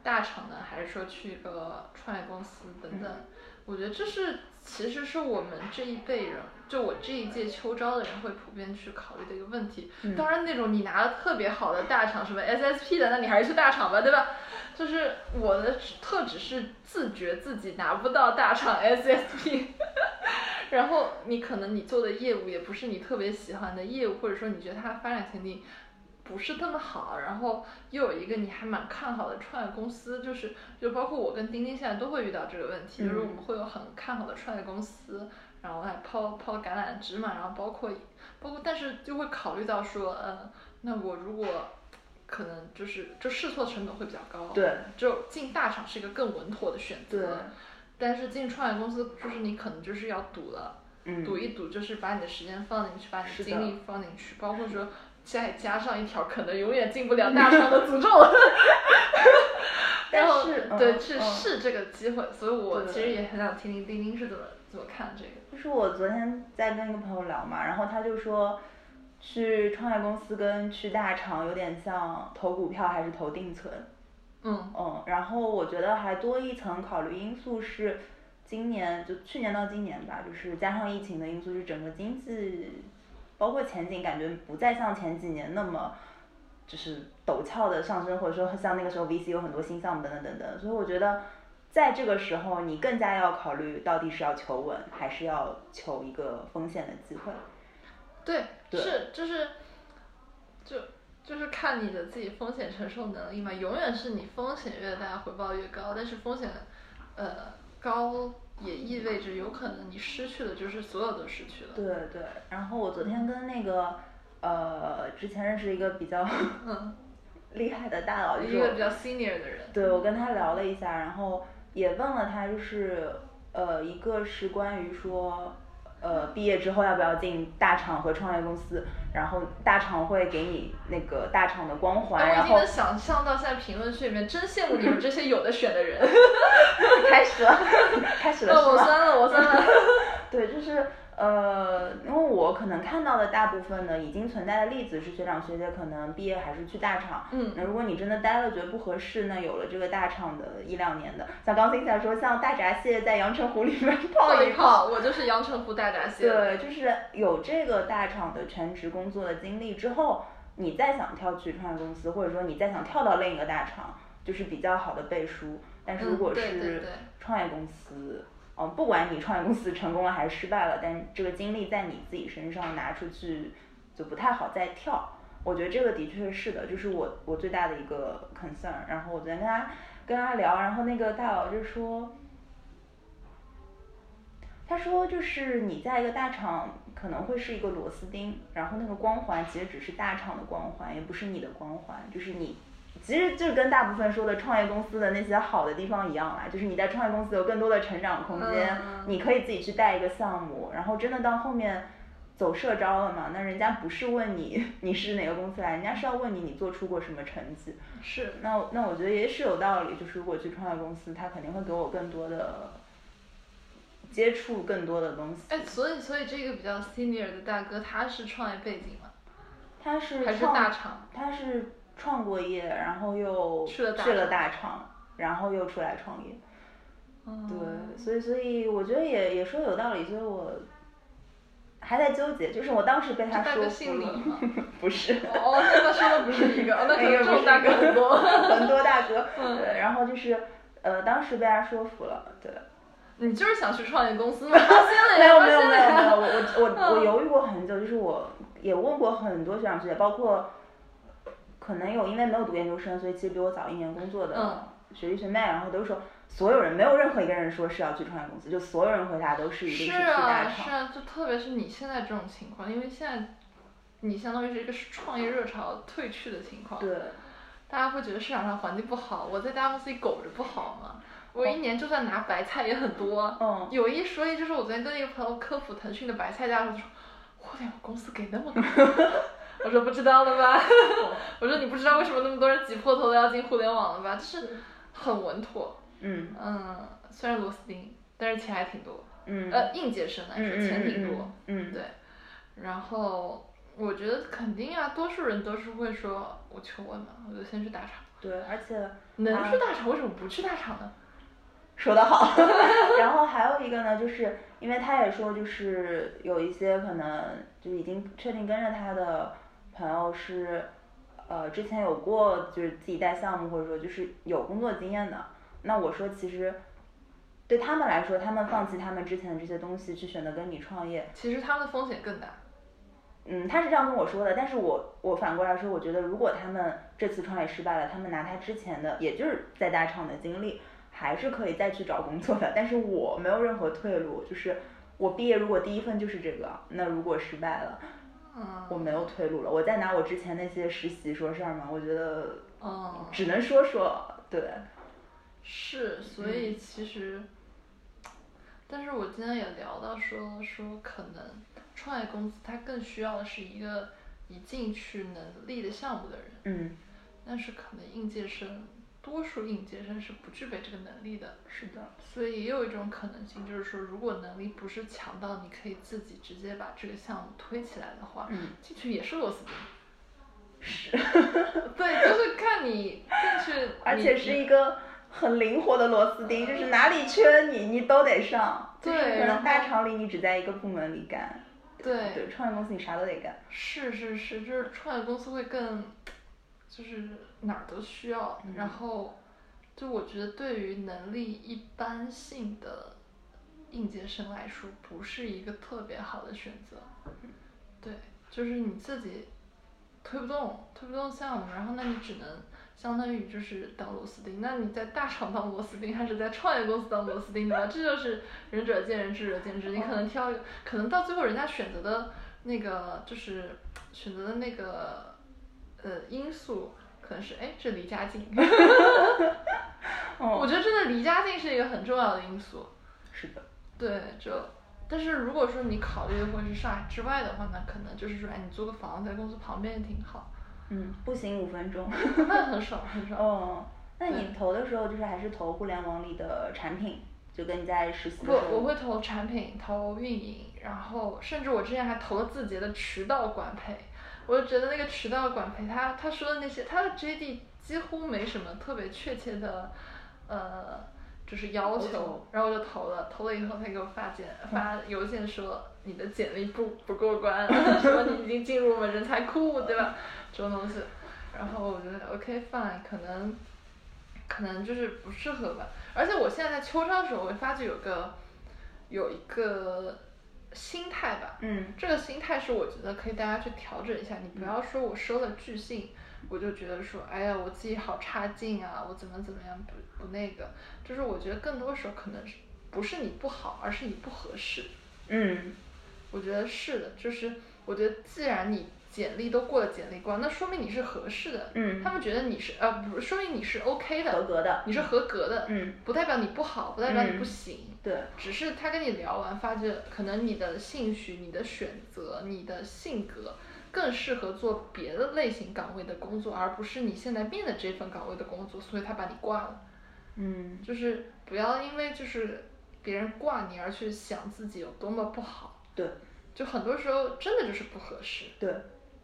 B: 大厂呢，还是说去一个创业公司等等。我觉得这是其实是我们这一辈人，就我这一届秋招的人会普遍去考虑的一个问题。
A: 嗯
B: 当然，那种你拿了特别好的大厂，什么 SSP 的，那你还是去大厂吧，对吧？就是我的特质是自觉自己拿不到大厂 SSP，然后你可能你做的业务也不是你特别喜欢的业务，或者说你觉得它发展前景不是那么好，然后又有一个你还蛮看好的创业公司，就是就包括我跟丁丁现在都会遇到这个问题，就是我们会有很看好的创业公司，然后来抛抛橄榄枝嘛，然后包括包括但是就会考虑到说，呃，那我如果可能就是就试错成本会比较高，
A: 对，
B: 就进大厂是一个更稳妥的选择，
A: 对
B: 但是进创业公司，就是你可能就是要赌了，
A: 嗯
B: 赌一赌，就是把你的时间放进去，把你
A: 是
B: 的
A: 的
B: 精力放进去，包括说再加上一条可能永远进不 了大厂的诅咒。
A: 但
B: 然后
A: 是嗯
B: 对，去
A: 嗯
B: 试这个机会，所以我
A: 对
B: 其实也很想听听丁丁是怎么怎么看这个。
A: 就是我昨天在跟一个朋友聊嘛，然后他就说，去创业公司跟去大厂有点像投股票还是投定存，
B: 嗯
A: 嗯，然后我觉得还多一层考虑因素是，今年就去年到今年吧，就是加上疫情的因素，是整个经济，包括前景感觉不再像前几年那么，就是陡峭的上升，或者说像那个时候 VC 有很多新项目等等等等，所以我觉得。在这个时候，你更加要考虑到底是要求稳，还是要求一个风险的机会。
B: 对，
A: 对
B: 是就是，就就是看你的自己风险承受能力嘛。永远是你风险越大，回报越高，但是风险，呃，高也意味着有可能你失去的就是所有都失去了。
A: 对对，然后我昨天跟那个，呃，之前认识一个比较
B: 嗯，
A: 厉害的大佬，就是
B: 一
A: 我
B: 个比较 senior 的人。
A: 对，我跟他聊了一下，然后也问了他，就是呃，一个是关于说呃毕业之后要不要进大厂和创业公司，然后大厂会给你那个大厂的光环，
B: 哎我已
A: 然
B: 经
A: 后
B: 能想象到现在评论区里面，真羡慕你们这些有的选的人。
A: 开始了， 开始了
B: 哦，
A: 是
B: 我
A: 吗？
B: 酸了，我酸 了。
A: 对，就是呃，因为我可能看到的大部分呢，已经存在的例子是学长学姐可能毕业还是去大厂。
B: 嗯
A: 那如果你真的待了觉得不合适，那有了这个大厂的一两年的，像刚才在说，像大闸蟹在阳澄湖里面 泡一
B: 一泡，我就是阳澄湖大闸蟹。
A: 对，就是有这个大厂的全职工作的经历之后，你再想跳去创业公司，或者说你再想跳到另一个大厂，就是比较好的背书。但是如
B: 嗯
A: 果
B: 对对
A: 是
B: 对
A: 创业公司，嗯、不管你创业公司成功了还是失败了，但这个经历在你自己身上拿出去就不太好再跳。我觉得这个的确是的，就是我我最大的一个 concern。然后我昨天跟他跟他聊，然后那个大佬就说，他说就是你在一个大厂可能会是一个螺丝钉，然后那个光环其实只是大厂的光环，也不是你的光环，就是你。其实就跟大部分说的创业公司的那些好的地方一样啦，就是你在创业公司有更多的成长空间，
B: 嗯
A: 你可以自己去带一个项目，然后真的到后面走社招了嘛，那人家不是问你 你是哪个公司来，人家是要问你你做出过什么成绩。
B: 是。
A: 那我那我觉得也是有道理，就是如果去创业公司，他肯定会给我更多的接触更多的东西。
B: 哎，所以所以这个比较 senior 的大哥，他是创业背景吗？
A: 他是
B: 还是
A: 创
B: 大厂？
A: 他是创过业，然后又
B: 去了大厂
A: 大厂，然后又出来创业。
B: 嗯，
A: 对，所以所以我觉得也也说有道理，所以我还在纠结，就是我当时被他
B: 大
A: 说服
B: 哥姓李
A: 了，
B: 吗？
A: 不是。
B: 哦，那他说的不是一个，哦那可
A: 那
B: 能
A: 个
B: 这种大哥嗯很多。
A: 很多大哥，对，然后就是，呃，当时被他说服了，对，
B: 你就是想去创业公司吗？发现了呀，
A: 没有
B: 发
A: 没有
B: 现
A: 没
B: 了
A: 有 没
B: 呀。
A: 有，我我
B: 嗯
A: 我我犹豫过很久，就是我也问过很多学长学姐，包括可能有因为没有读研究生，所以其实比我早一年工作的
B: 嗯
A: 学弟学妹，然后都说所有人没有任何一个人说是要去创业公司，就所有人回答都是一定
B: 是
A: 去大
B: 啊是
A: 厂，
B: 啊，就特别是你现在这种情况，因为现在你相当于是一个创业热潮退去的情况。
A: 对，
B: 大家会觉得市场上环境不好，我在大公司里苟着不好吗？我一年就算拿白菜也很多。
A: 嗯
B: 有一说一，就是我昨天跟一个朋友科普腾讯的白菜价格，他说，我天，我公司给那么多，我说不知道了吧？我说你不知道为什么那么多人挤破头都要进互联网了吧？就是很稳妥，
A: 嗯
B: 嗯，虽然螺丝钉，但是钱还挺多，
A: 嗯
B: 呃，应届生来
A: 嗯
B: 说钱挺多，
A: 嗯，
B: 对，然后我觉得肯定啊，多数人都是会说，我求稳嘛，我就先去大厂。
A: 对，而且。
B: 能去大厂，为什么不去大厂呢？
A: 说得好。 然后还有一个呢，就是因为他也说，就是有一些可能就是已经确定跟着他的朋友是，呃，之前有过就是自己带项目或者说就是有工作经验的。那我说其实。对他们来说，他们放弃他们之前的这些东西，去选择跟你创业，
B: 其实他们的风险更大。
A: 嗯，他是这样跟我说的，但是我我反过来说，我觉得如果他们这次创业失败了，他们拿他之前的，也就是在大厂的经历，还是可以再去找工作的。但是我没有任何退路，就是我毕业如果第一份就是这个，那如果失败了，
B: 嗯，
A: 我没有退路了，我再拿我之前那些实习说事儿嘛，我觉得
B: 嗯，
A: 只能说说，对，
B: 是，所以其实，但是我今天也聊到说说，可能创业公司它更需要的是一个以进取能力的项目的人，
A: 嗯，
B: 但是可能应届生，多数应届生是不具备这个能力的。
A: 是的，
B: 所以也有一种可能性，就是说，如果能力不是强到你可以自己直接把这个项目推起来的话，
A: 嗯
B: 进去也是螺丝钉。
A: 是，
B: 对，就是看你进去，
A: 而
B: 你
A: 且是一个很灵活的螺丝钉，就是哪里缺你，你都得上。就是
B: 对
A: 可
B: 然
A: 能
B: 后
A: 大厂里你只在一个部门里干，
B: 对，
A: 对，创业公司你啥都得干。
B: 是是是，就是创业公司会更，就是哪儿都需要。
A: 嗯
B: 然后，就我觉得对于能力一般性的应届生来说，不是一个特别好的选择。
A: 嗯
B: 对，就是你自己推不动，推不动项目，然后那你只能相当于就是当螺丝钉。那你在大厂当螺丝钉，还是在创业公司当螺丝钉呢？这就是仁者见仁，智者见智。你可能挑一个，可能到最后人家选择的那个就是选择的那个呃因素，可能是哎这离家近。
A: 哦
B: 我觉得真的离家近是一个很重要的因素。
A: 是的，
B: 对，就但是如果说你考虑的会是上海之外的话，那可能就是说，哎，你租个房子在公司旁边也挺好，
A: 嗯，步行五分钟。
B: 那很 爽很爽。
A: 哦，那
B: 对
A: 你投的时候就是还是投互联网里的产品，就跟你在实习的
B: 不，
A: 时候。
B: 我会投产品、投运营，然后甚至我之前还投了字节的渠道管培。我就觉得那个渠道管培他，他说的那些，他的 JD 几乎没什么特别确切的，呃，就是要
A: 要求
B: 求。然后我就投了，投了以后他给我发简发邮件说你的简历不不过关，说你已经进入我们人才库，对吧？这种东西。然后我觉得 OK fine，可能可能就是不适合吧。而且我现在在秋招的时候，我发觉有个有一个心态吧，
A: 嗯
B: 这个心态是我觉得可以大家去调整一下。你不要说我收了巨信，我就觉得说，哎呀，我自己好差劲啊，我怎么怎么样不不那个。就是我觉得更多时候可能是不是你不好，而是你不合适。
A: 嗯
B: 我觉得是的，就是我觉得既然你简历都过了简历关，那说明你是合适的。
A: 嗯
B: 他们觉得你是呃，不是，说明你是 OK 的，
A: 合格的
B: 你是合格的。
A: 嗯，
B: 不代表你不好，不代表你
A: 嗯
B: 不行。
A: 对
B: 只是他跟你聊完，发觉可能你的兴趣、你的选择、你的性格更适合做别的类型岗位的工作，而不是你现在面的这份岗位的工作，所以他把你挂了。
A: 嗯
B: 就是不要因为就是别人挂你而去想自己有多么不好，
A: 对
B: 就很多时候真的就是不合适。
A: 对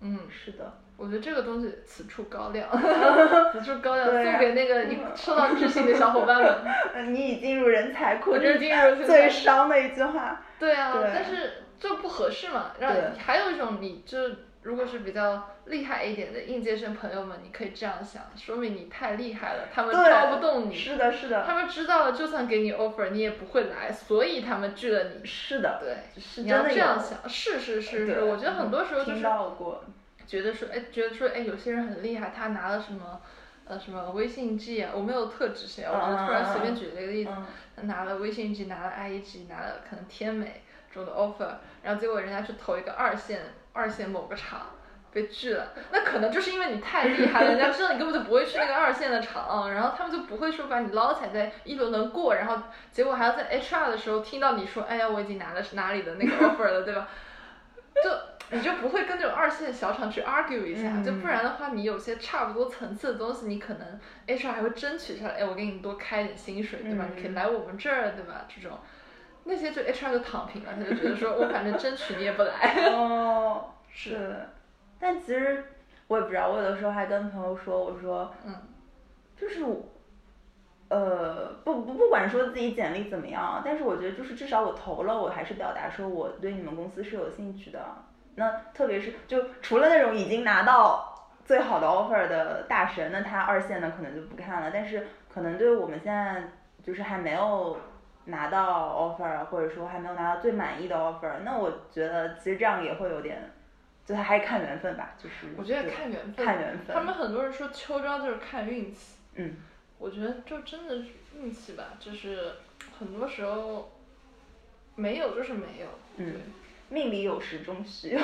B: 嗯，
A: 是的，
B: 我觉得这个东西此处高亮， 此处高亮，
A: 对啊
B: 送给 那个你受到致敬的小伙伴们。
A: 嗯你已进入人才库，
B: 我
A: 这
B: 已进入人才
A: 是
B: 库
A: 最伤的一句话。
B: 对啊，
A: 对
B: 但是就不合适嘛。让
A: 对
B: 还有一种，你就如果是比较厉害一点的应届生朋友们，你可以这样想，说明你太厉害了，他们
A: 对
B: 招不动你。
A: 是的，是
B: 他
A: 的，
B: 们知道了，就算给你 offer，你也不会来，所以他们拒了你。
A: 是的，
B: 对，
A: 是
B: 你要
A: 真的
B: 这
A: 有
B: 样想，是是是
A: 对
B: 是，我觉得很多时候就是
A: 听到过，
B: 觉得说，哎，觉得说，哎，有些人很厉害，他拿了什么，呃，什么微信 G 啊，我没有特指谁啊，我只是突然随便举了一个例子，
A: 嗯
B: 他拿了微信 G，拿了 IEG，拿了可能天美这种的 offer，然后结果人家去投一个二线二线某个厂。被拒了，那可能就是因为你太厉害了，人家知道你根本就不会去那个二线的厂，然后他们就不会说把你捞起来再一轮轮过，然后结果还要在 HR 的时候听到你说，哎呀，我已经拿了哪里的那个 offer 了，对吧？就你就不会跟这种二线小厂去 argue 一下，
A: 嗯
B: 就不然的话，你有些差不多层次的东西，你可能 HR 还会争取下来，哎，我给你多开一点薪水，对吧？
A: 嗯
B: 你可以来我们这儿，对吧？这种。那些就 HR 就躺平了，他就觉得 说，我反正争取你也不来。
A: 哦，
B: 是
A: 是，但其实我也不知道，我有的时候还跟朋友说，我说，
B: 嗯，
A: 就是我，呃，不不不管说自己简历怎么样，但是我觉得就是至少我投了，我还是表达说我对你们公司是有兴趣的。那特别是就除了那种已经拿到最好的 offer 的大神，那他二线的可能就不看了。但是可能对我们现在就是还没有拿到 offer，或者说还没有拿到最满意的 offer，那我觉得其实这样也会有点，就还是看缘分吧。就是
B: 我觉得
A: 对
B: 看缘分，
A: 看缘分
B: 他们很多人说秋招就是看运气，
A: 嗯
B: 我觉得就真的是运气吧，就是很多时候没有就是没有，
A: 嗯
B: 对。
A: 命里有时终须有。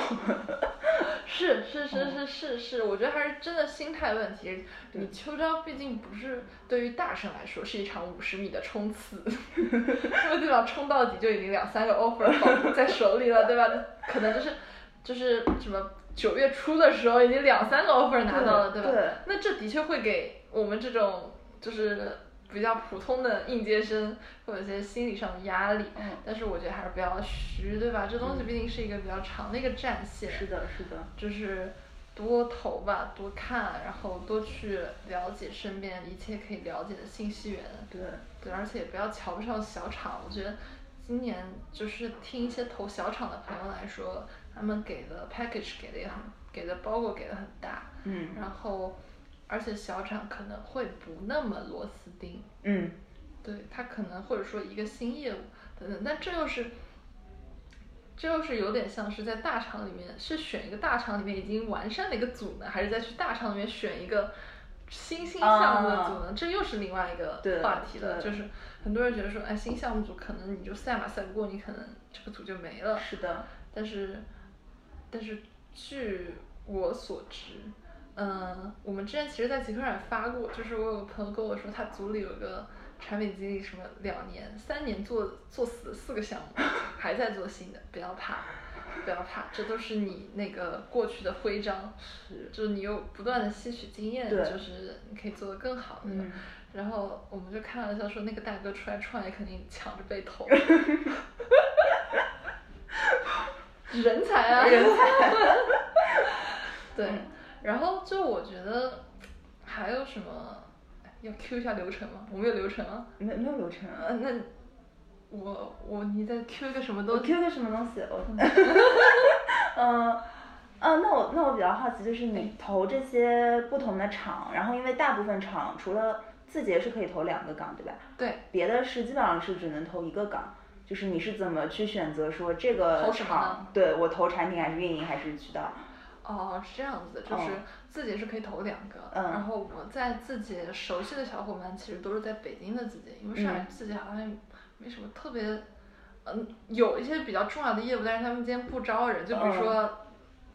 B: 是是是是是是，我觉得还是真的心态问题。
A: 嗯对
B: 你秋招毕竟不是对于大神来说是一场五十米的 冲刺，那么对吧？冲到底就已经两三个 offer 保在手里了，对吧？可能就是就是什么九月初的时候已经两三个 offer 拿到了，
A: 对
B: 吧？
A: 对
B: 那这的确会给我们这种就是比较普通的应届生会有一些心理上的压力。
A: 嗯
B: 但是我觉得还是不要虚，对吧？这东西毕竟是一个比较长的一个战线。
A: 是的，是的，
B: 就是多投吧，多看，然后多去了解身边一切可以了解的信息源。
A: 对，
B: 对，而且也不要瞧不上小厂。我觉得今年就是听一些投小厂的朋友来说，他们给的 package 给的也很，给的包裹给的很大，
A: 嗯
B: 然后而且小厂可能会不那么螺丝钉。
A: 嗯
B: 对他可能或者说一个新业务等等，但这又是，这又是有点像是在大厂里面是选一个大厂里面已经完善的一个组呢，还是再去大厂里面选一个新兴项目的组呢？这又是另外一个
A: 啊对
B: 话题了。
A: 对
B: 就是很多人觉得说，哎，新项目组可能你就赛马赛不过，你可能这个组就没了。
A: 是的，
B: 但是，但是据我所知，呃嗯、我们之前其实，在极客上也发过，就是我有个朋友跟我说，他组里有个产品经理什么两年、三年做做死了四个项目，还在做新的，不要怕，不要怕，这都是你那个过去的徽章，
A: 是
B: 就是你有不断的吸取经验，
A: 对
B: 就是你可以做得更好，对吧
A: 嗯
B: 然后我们就开玩笑说，那个大哥出来创业肯定抢着被 投，人才啊，
A: 人才，
B: 对
A: 嗯，
B: 然后就我觉得还有什么哎要 Q 一下流程吗？我们有流程吗？
A: 没没有流程啊。
B: 呃，那我我你再 Q 一个什么
A: 我
B: 东西？
A: Q 个什么东西？我， 嗯，啊，那我那我比较好奇，就是你投这些不同的厂，然后因为大部分厂除了字节是可以投两个岗，对吧？
B: 对，
A: 别的是基本上是只能投一个岗，就是你是怎么去选择说这个
B: 投什么
A: 厂
B: 呢，
A: 对我投产品还是运营还是渠道？
B: 哦，是这样子的，就
A: 哦
B: 是字节是可以投两个，
A: 嗯
B: 然后我在字节熟悉的小伙伴其实都是在北京的字节，因为上海
A: 嗯
B: 字节好像没什么特别，嗯，有一些比较重要的业务，但是他们今天不招人，就比如
A: 嗯
B: 说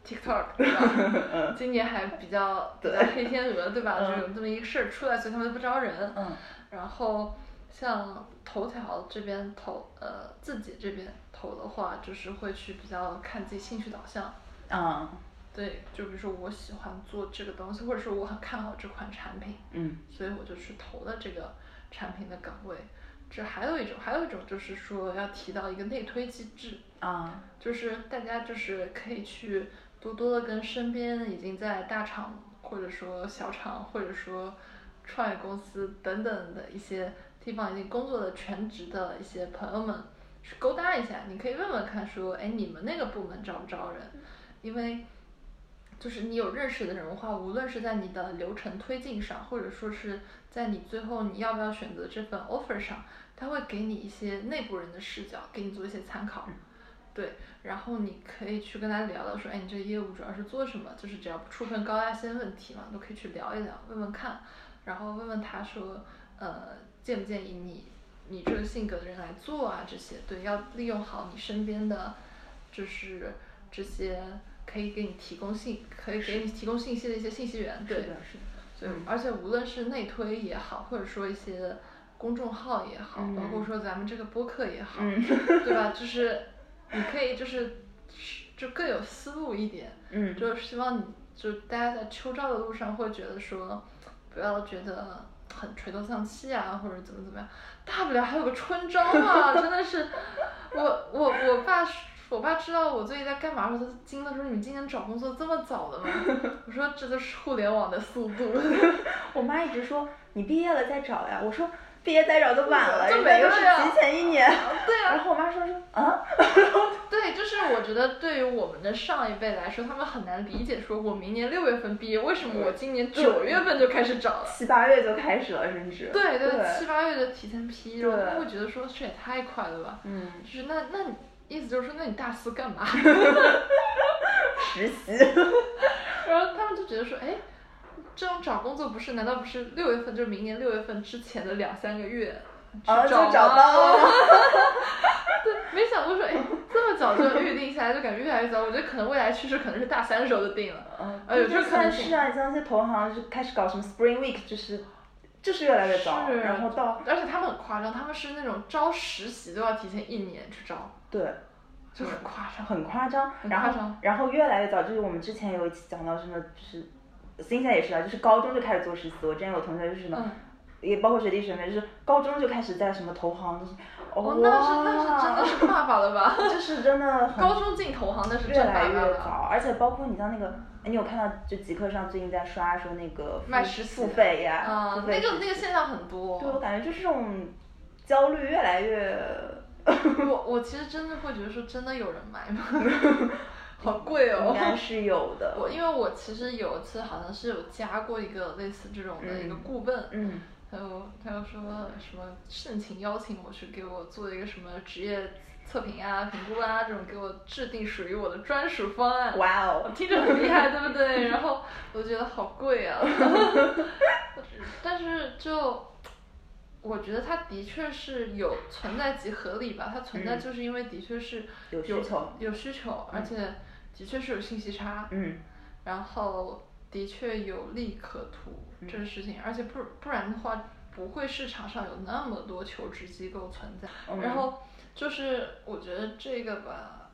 B: TikTok，、对 吧？今年还比较比较黑天鹅，对吧？
A: 嗯
B: 就有这么一个事儿出来，所以他们就不招人。
A: 嗯
B: 然后像头条这边投，呃，字节这边投的话，就是会去比较看自己兴趣导向。
A: 啊
B: 对，就比如说我喜欢做这个东西，或者说我很看好这款产品，
A: 嗯
B: 所以我就去投了这个产品的岗位。这还有一种，还有一种就是说要提到一个内推机制，
A: 啊
B: 就是大家就是可以去多多的跟身边已经在大厂或者说小厂或者说创业公司等等的一些地方已经工作的全职的一些朋友们去勾搭一下，你可以问问看说，哎，你们那个部门招不招人？因为就是你有认识的人的话，无论是在你的流程推进上，或者说是在你最后你要不要选择这份 offer 上，他会给你一些内部人的视角，给你做一些参考。
A: 嗯
B: 对，然后你可以去跟他聊聊，说，哎，你这个业务主要是做什么？就是只要不触碰高压线问题嘛，都可以去聊一聊，问问看，然后问问他说，呃，建不建议你你这个性格的人来做啊？这些对，要利用好你身边的，就是这些可以给你提供信，可以给你提供信息的一些信息源，对，
A: 是的是的
B: 所以，而且无论是内推也好，或者说一些公众号也好，包括
A: 嗯
B: 说咱们这个播客也好，
A: 嗯
B: 对吧？就是你可以就是就更有思路一点，
A: 嗯
B: 就是希望你就大家在秋招的路上会觉得说，不要觉得很垂头丧气啊，或者怎么怎么样，大不了还有个春招嘛，真的是，我我我爸我爸知道我最近在干嘛的时候，他惊了说你们今年找工作这么早的吗？ 我说这就是互联网的速度，
A: 我妈一直说你毕业了再找呀，我说毕业再找就晚了，
B: 就
A: 人家
B: 没
A: 都
B: 了
A: 是
B: 呀
A: 提前一 年。
B: 对啊
A: 然，后我妈说说啊，
B: 对，就是我觉得对于我们的上一辈来说，他们很难理解，说我明年六月份毕业，为什么我今年九月份就开始找了？
A: 七八月就开始了，甚至
B: 对
A: 对
B: 七八月就提前批，然后
A: 对
B: 他会觉得说这也太快了吧？
A: 嗯
B: 就是那那你意思就是说，那你大四干 嘛？
A: 实 习，
B: 然后他们就觉得说，哎，这种找工作不是？难道不是六月份，就是明年六月份之前的两三个月去
A: 啊就
B: 找吗？
A: 找到了
B: 对，没想过说，哎，这么早就预定下来，就感觉越来越早。我觉得可能未来趋势可能是大三的时候就定了。
A: 嗯，
B: 哎有这
A: 就
B: 个可能
A: 算
B: 性
A: 是啊，像一些投行就开始搞什么 Spring Week，就是就是越来越早，
B: 是
A: 然后到
B: 而且他们很夸张，他们是那种招实习都要提前一年去招，
A: 对。
B: 就很夸张。
A: 很夸张，
B: 很
A: 然
B: 夸
A: 后
B: 张
A: 然后越来越早，就是我们之前有一期讲到什么，就是新夏也是啊，就是高中就开始做实习。我之前有同学就是什么，
B: 嗯
A: 也包括学弟学妹，就是高中就开始在什么投行，就是
B: 哦
A: 哦，
B: 那是那是真的是爸爸了吧？
A: 是就是真的很
B: 高中进投行那是
A: 越
B: 真
A: 来
B: 爸
A: 越
B: 爸了。
A: 早，而且包括你像那个，哎你有看到就极客上最近在刷说那个付
B: 卖实习
A: 付费呀，
B: 啊
A: 付，费
B: 那个
A: 实习
B: 那个现象很多。
A: 对我感觉就是这种焦虑越来越，
B: 我我其实真的会觉得说，真的有人买 吗？好贵
A: 应该
B: 哦。
A: 是有的，
B: 我因为我其实有一次好像是有加过一个类似这种的一个
A: 嗯
B: 顾问，
A: 嗯
B: 还有还有说什么盛情邀请我去给我做一个什么职业测评啊、评估啊这种，给我制定属于我的专属方案。
A: 哇
B: 我
A: 哦，
B: 听着很厉害，对不对？然后我就觉得好 贵啊，但是就我觉得它的确是有存在即合理吧，它存在
A: 嗯
B: 就是因为的确是
A: 有需求
B: 有需求，而且的确是有信息差，
A: 嗯嗯
B: 然后的确有利可图、这个事情，而且不不然的话，不会市场上有那么多求职机构存在。
A: 嗯
B: 然后就是我觉得这个吧，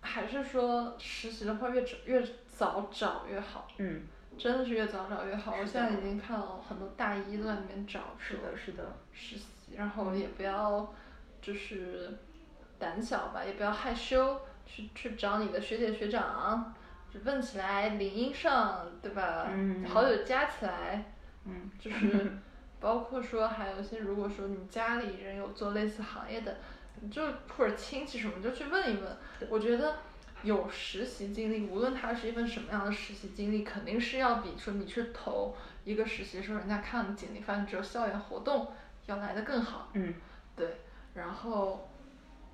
B: 还是说实习的话越早越早找越好，
A: 嗯，
B: 真的是越早找越好。我
A: 是
B: 现在
A: 的
B: 已经看到很多大一都在里面找
A: 是
B: 说
A: 的，是的，
B: 实习，然后也不要就是胆小吧，也不要害羞，去去找你的学姐学长，就问起来，领英上，对吧？
A: 嗯
B: 好友加起来，
A: 嗯，
B: 就是包括说还有一些，如果说你家里人有做类似行业的，你就或者亲戚什么，就去问一问。我觉得。有实习经历，无论它是一份什么样的实习经历，肯定是要比说你去投一个实习的时候，人家看你简历发现只有校园活动要来的更好。
A: 嗯，
B: 对，然后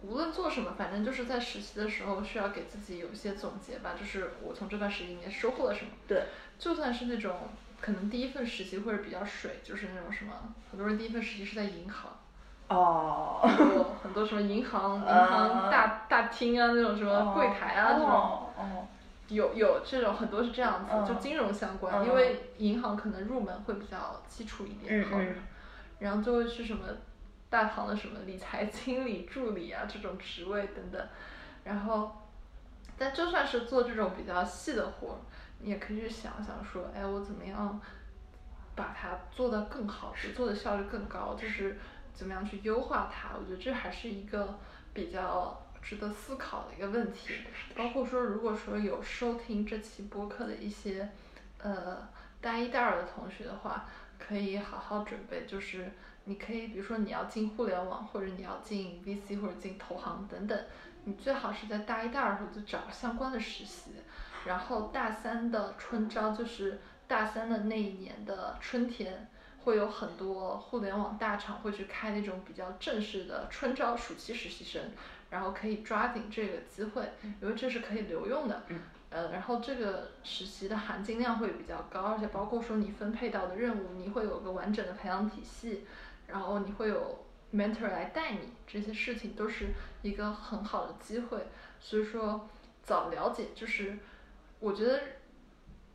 B: 无论做什么，反正就是在实习的时候需要给自己有一些总结吧，就是我从这段实习里面收获了什么。
A: 对，
B: 就算是那种可能第一份实习会是比较水，就是那种什么，很多人第一份实习是在银行。
A: 哦，
B: 很多很多什么银行、银
A: 啊
B: 行大大厅啊，那种什么柜台啊，这种
A: 哦哦，
B: 有有这种很多是这样子，
A: 嗯
B: 就金融相关，
A: 嗯
B: 因为银行可能入门会比较基础一点，
A: 嗯
B: 好
A: 嗯，
B: 然后就会是什么大堂的什么理财经理、助理啊这种职位等等，然后，但就算是做这种比较细的活儿，你也可以去想想说，哎，我怎么样把它做得更好，就做的效率更高，就是怎么样去优化它，我觉得这还是一个比较。值得思考的一个问题，包括说，如果说有收听这期播客的一些，呃，大一、大二的同学的话，可以好好准备。就是你可以，比如说你要进互联网，或者你要进 VC，或者进投行等等，你最好是在大一、大二的时候就找相关的实习，然后大三的春招就是大三的那一年的春天。会有很多互联网大厂会去开那种比较正式的春招暑期实习生，然后可以抓紧这个机会，因为这是可以留用的。
A: 嗯
B: 呃，然后这个实习的含金量会比较高，而且包括说你分配到的任务，你会有个完整的培养体系，然后你会有 mentor 来带你，这些事情都是一个很好的机会。所以说，早了解就是，我觉得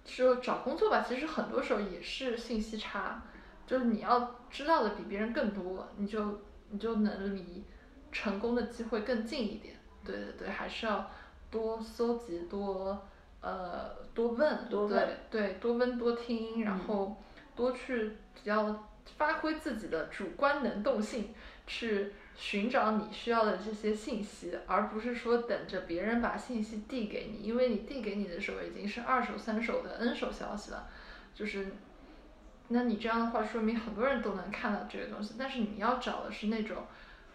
B: 说找工作吧，其实很多时候也是信息差，就是你要知道的比别人更多，你就你就能离成功的机会更近一点。对对对，还是要多搜集，多呃多问，
A: 多问
B: 对对，多问多听，然
A: 嗯
B: 后多去比较发挥自己的主观能动性，去寻找你需要的这些信息，而不是说等着别人把信息递给你，因为你递给你的时候已经是二手、三手的 N 手消息了，就是。那你这样的话，说明很多人都能看到这个东西，但是你要找的是那种，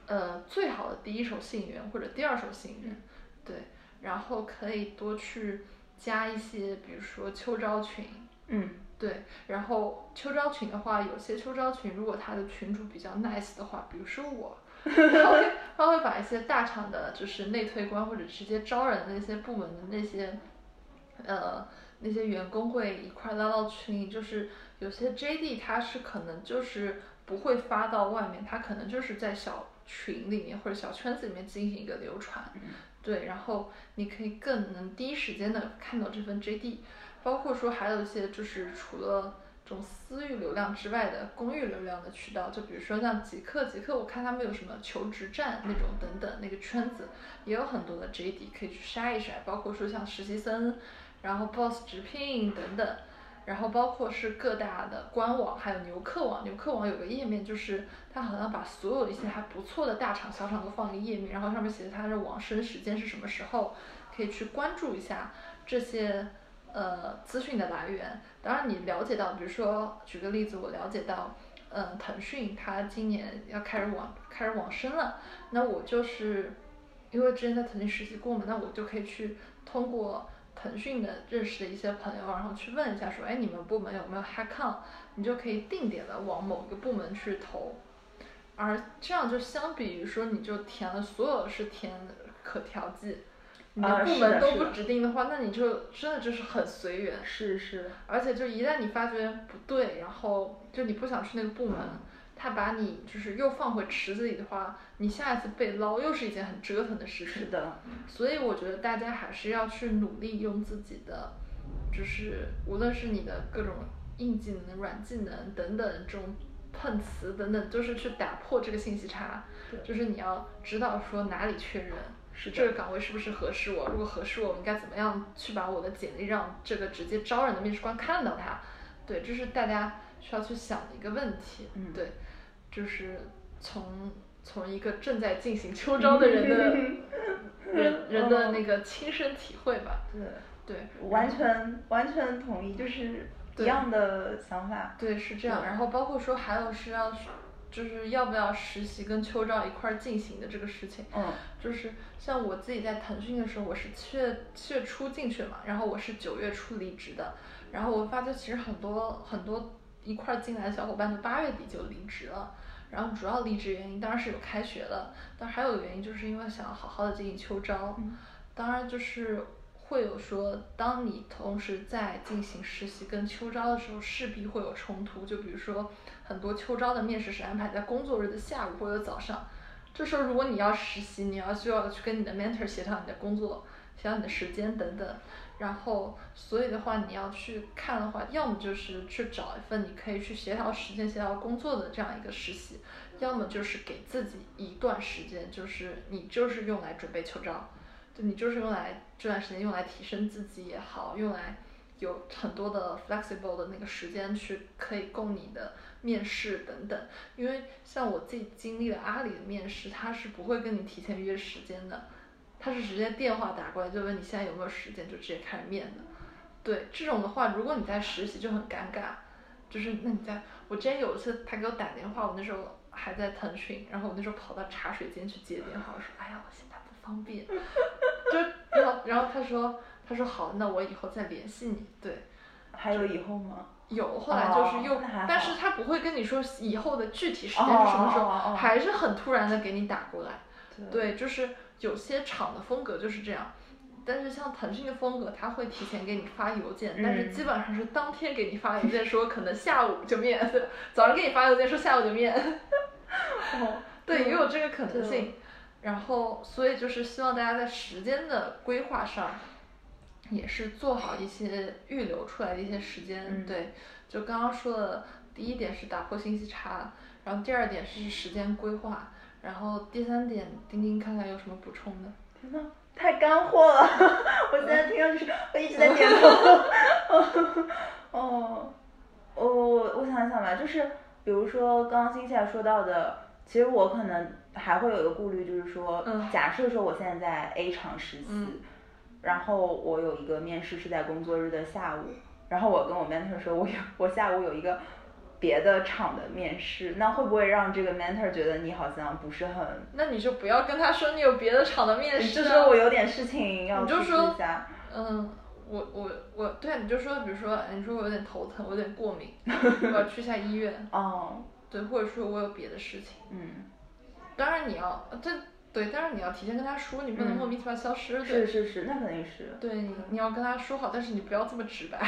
B: 呃，最好的第一手信源或者第二手信源，对，然后可以多去加一些，比如说秋招群，
A: 嗯
B: 对，然后秋招群的话，有些秋招群如果他的群主比较 nice 的话，比如说我，他会他会把一些大厂的，就是内推官或者直接招人的那些部门的那些，呃，那些员工会一块拉到群里，就是有些 JD 他是可能就是不会发到外面，他可能就是在小群里面或者小圈子里面进行一个流传，对，然后你可以更能第一时间的看到这份 JD，包括说还有一些就是除了这种私域流量之外的公域流量的渠道，就比如说像极客，极客我看他们有什么求职站那种等等那个圈子，也有很多的 JD 可以去筛一筛，包括说像实习生，然后 Boss 直聘等等。然后包括是各大的官网，还有牛客网。牛客网有个页面，就是它好像把所有一些还不错的大厂、小厂都放一个页面，然后上面写着它的网申时间是什么时候，可以去关注一下这些呃资讯的来源。当然，你了解到，比如说举个例子，我了解到，嗯，腾讯它今年要开始网开始网申了，那我就是因为之前在腾讯实习过嘛，那我就可以去通过腾讯的认识的一些朋友，然后去问一下说，哎，你们部门有没有 Hackon？你就可以定点的往某个部门去投，而这样就相比于说你就填了所有是填可调剂，你
A: 啊
B: 的部
A: 是的
B: 门都
A: 是
B: 不
A: 的
B: 指定的话，那你就真的就是很随缘。
A: 是是，
B: 而且就一旦你发觉不对，然后就你不想去那个部门，他把你就是又放回池子里的话，你下一次被捞又是一件很折腾的事情。
A: 是的，
B: 所以我觉得大家还是要去努力用自己的，就是无论是你的各种硬技能、软技能等等这种碰瓷等等，就是去打破这个信息差
A: 对，
B: 就是你要知道说哪里缺人。
A: 是的
B: 这个岗位是不是合适我？如果合适我，我应该怎么样去把我的简历让这个直接招人的面试官看到它？对，这是大家需要去想的一个问题。
A: 嗯
B: 对，就是从从一个正在进行秋招的人的 人人的那个亲身体会吧。
A: 对，
B: 对，
A: 嗯完全完全同意，就是一
B: 对
A: 样的想法。
B: 对，是这样。然后包括说还有是要，就是要不要实习跟秋招一块儿进行的这个事情。
A: 嗯
B: 就是像我自己在腾讯的时候，我是七月七月初进去嘛，然后我是九月初离职的，然后我发觉其实很多很多一块儿进来的小伙伴都八月底就离职了。然后主要离职原因当然是有开学的，但还有原因就是因为想要好好的进行秋招，
A: 嗯
B: 当然就是会有说，当你同时在进行实习跟秋招的时候，势必会有冲突。就比如说，很多秋招的面试是安排在工作日的下午或者早上，这时候如果你要实习，你要需要去跟你的 mentor 协调你的工作，协调你的时间等等。然后，所以的话，你要去看的话，要么就是去找一份你可以去协调时间、协调工作的这样一个实习，要么就是给自己一段时间，就是你就是用来准备秋招，就你就是用来这段时间用来提升自己也好，用来有很多的 flexible 的那个时间去可以供你的面试等等。因为像我自己经历的阿里的面试，他是不会跟你提前约时间的，他是直接电话打过来就问你现在有没有时间，就直接开始面的。对这种的话，如果你在实习就很尴尬，就是那你在我之前有一次他给我打电话，我那时候还在腾讯，然后我那时候跑到茶水间去接电话，我说哎呀我现在不方便，就然后然后他说他说好，那我以后再联系你，对。
A: 还有以后吗？
B: 有，后来就是
A: 哦
B: 又，
A: 那还好
B: 但是他不会跟你说以后的具体时间是什么时候，
A: 哦哦哦哦
B: 还是很突然的给你打过来。
A: 对
B: 对，就是有些厂的风格就是这样，但是像腾讯的风格，他会提前给你发邮件，但是
A: 嗯
B: 基本上是当天给你发邮件说可能下午就面， 早上给你发邮件说下午就面，
A: 哦
B: 对，也有这个可
A: 对
B: 能性。然后，所以就是希望大家在时间的规划上，也是做好一些预留出来的一些时间。
A: 嗯
B: 对，就刚刚说的，第一点是打破信息差，然后第二点是时间规划，然后第三点，丁丁看看有什么补充的。
A: 天呐，太干货了！ 我现在听上去，我一直在点 头。哦，我我我想一想吧，就是比如说刚刚新夏说到的，其实我可能还会有一个顾虑，就是说，
B: 嗯
A: 假设说我现在在 A 厂实习，
B: 嗯
A: 然后我有一个面试是在工作日的下午，然后我跟我 mentor 说，我有 我下午有一个别的厂的面试，那会不会让这个 mentor 觉得你好像不是很
B: 那你就不要跟他说你有别的厂的面试、
A: 就
B: 啊，
A: 说我有点事情要
B: 你
A: 去
B: 就
A: 试
B: 说
A: 一下，
B: 嗯，我我我，对啊，你就说，比如说，哎你说我有点头疼，我有 点过敏，我要去一下医院，
A: 哦，
B: 对，或者说我有别的事情。
A: 嗯，
B: 当然你要，这对，当然你要提前跟他说，你不能
A: 嗯
B: 莫名其妙消失，
A: 是
B: 对，
A: 是是，那肯定是，
B: 对，你你要跟他说好，但是你不要这么 直白，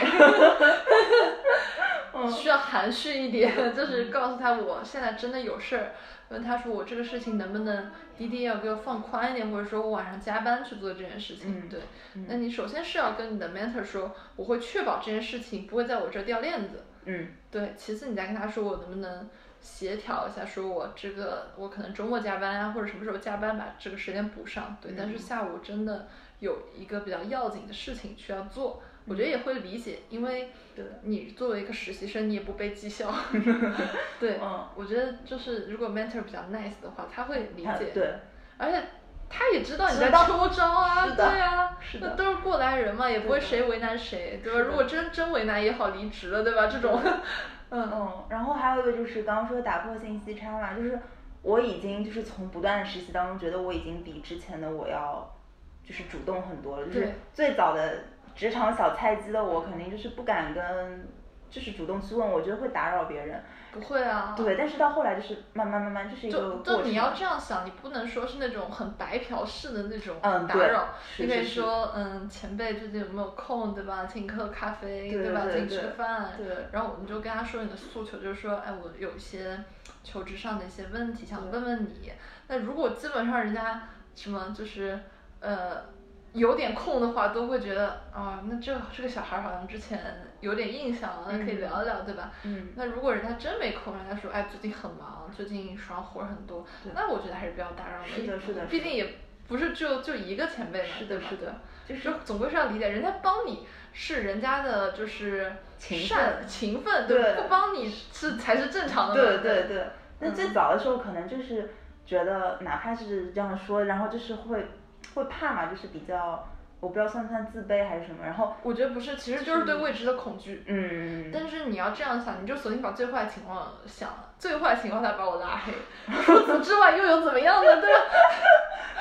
A: 嗯
B: 需要含蓄一点，就是告诉他我现在真的有事儿，问他说我这个事情能不能滴滴要给我放宽一点，或者说我晚上加班去做这件事情，
A: 嗯
B: 对。
A: 嗯
B: 那你首先是要跟你的 mentor 说，我会确保这件事情不会在我这儿掉链子。
A: 嗯
B: 对，其次你再跟他说，我能不能协调一下，说我这个我可能周末加班啊，或者什么时候加班把这个时间补上。对，但是
A: 嗯
B: 下午真的有一个比较要紧的事情需要做，我觉得也会理解，因为
A: 嗯对
B: 你作为一个实习生，你也不被绩 效。对，
A: 嗯，
B: 我觉得就是如果 mentor 比较 nice 的话，他会理
A: 他
B: 解。
A: 对，
B: 而且他也知道你在
A: 知道
B: 秋招啊，
A: 是
B: 对
A: 的
B: 啊，
A: 是的
B: 那都是过来人嘛，也不会
A: 对的
B: 谁为难谁，对吧？
A: 是的
B: 如果真真为难也好离职了，对吧？这种， 嗯，
A: 嗯，然后还有一个就是刚刚说打破信息差嘛，就是我已经就是从不断的实习当中，觉得我已经比之前的我要就是主动很多了，就是
B: 对
A: 最早的职场小菜鸡的我，肯定就是不敢跟。就是主动去问，我觉得会打扰别人。
B: 不会啊，
A: 对，但是到后来就是慢慢慢慢，就是一个
B: 就
A: 过
B: 就
A: 程。
B: 你要这样想，你不能说是那种很白嫖式的那种
A: 嗯
B: 打
A: 对
B: 扰，
A: 是
B: 你可
A: 是
B: 以
A: 是
B: 说，嗯，前辈最近有没有空，对吧？请你喝个咖啡，
A: 对
B: 吧？
A: 对
B: 请你吃
A: 对
B: 个饭，
A: 对
B: 然后你就跟他说你的诉求，就是说，哎，我有一些求职上的一些问题，想
A: 对
B: 问问你。那如果基本上人家什么就是呃。有点空的话，都会觉得啊，那这这个小孩好像之前有点印象了，那可以
A: 嗯
B: 聊一聊，对吧？
A: 嗯
B: 那如果人家真没空，人家说哎最近很忙，最近爽活儿很多
A: 对，
B: 那我觉得还是不要打扰了。
A: 是的是的
B: 毕
A: 是的
B: 竟也不是就就一个前辈嘛，
A: 是的
B: 对吧
A: 是的
B: 对
A: 就是
B: 就总归是要理解，人家帮你是人家的就是
A: 勤
B: 善
A: 奋
B: 勤奋，对吧，
A: 对
B: 不帮你是才是正常的嘛。
A: 对对对。那最
B: 嗯
A: 早的时候可能就是觉得，哪怕是这样说，然后就是会会怕嘛，就是比较，我不知道算不算自卑还是什么，然后
B: 我觉得不是，其实就是对未知的恐惧。
A: 嗯，
B: 但是你要这样想，你就索性把最坏情况想了，最坏情况他把我 拉黑，除此之外又有怎么样呢？对吧？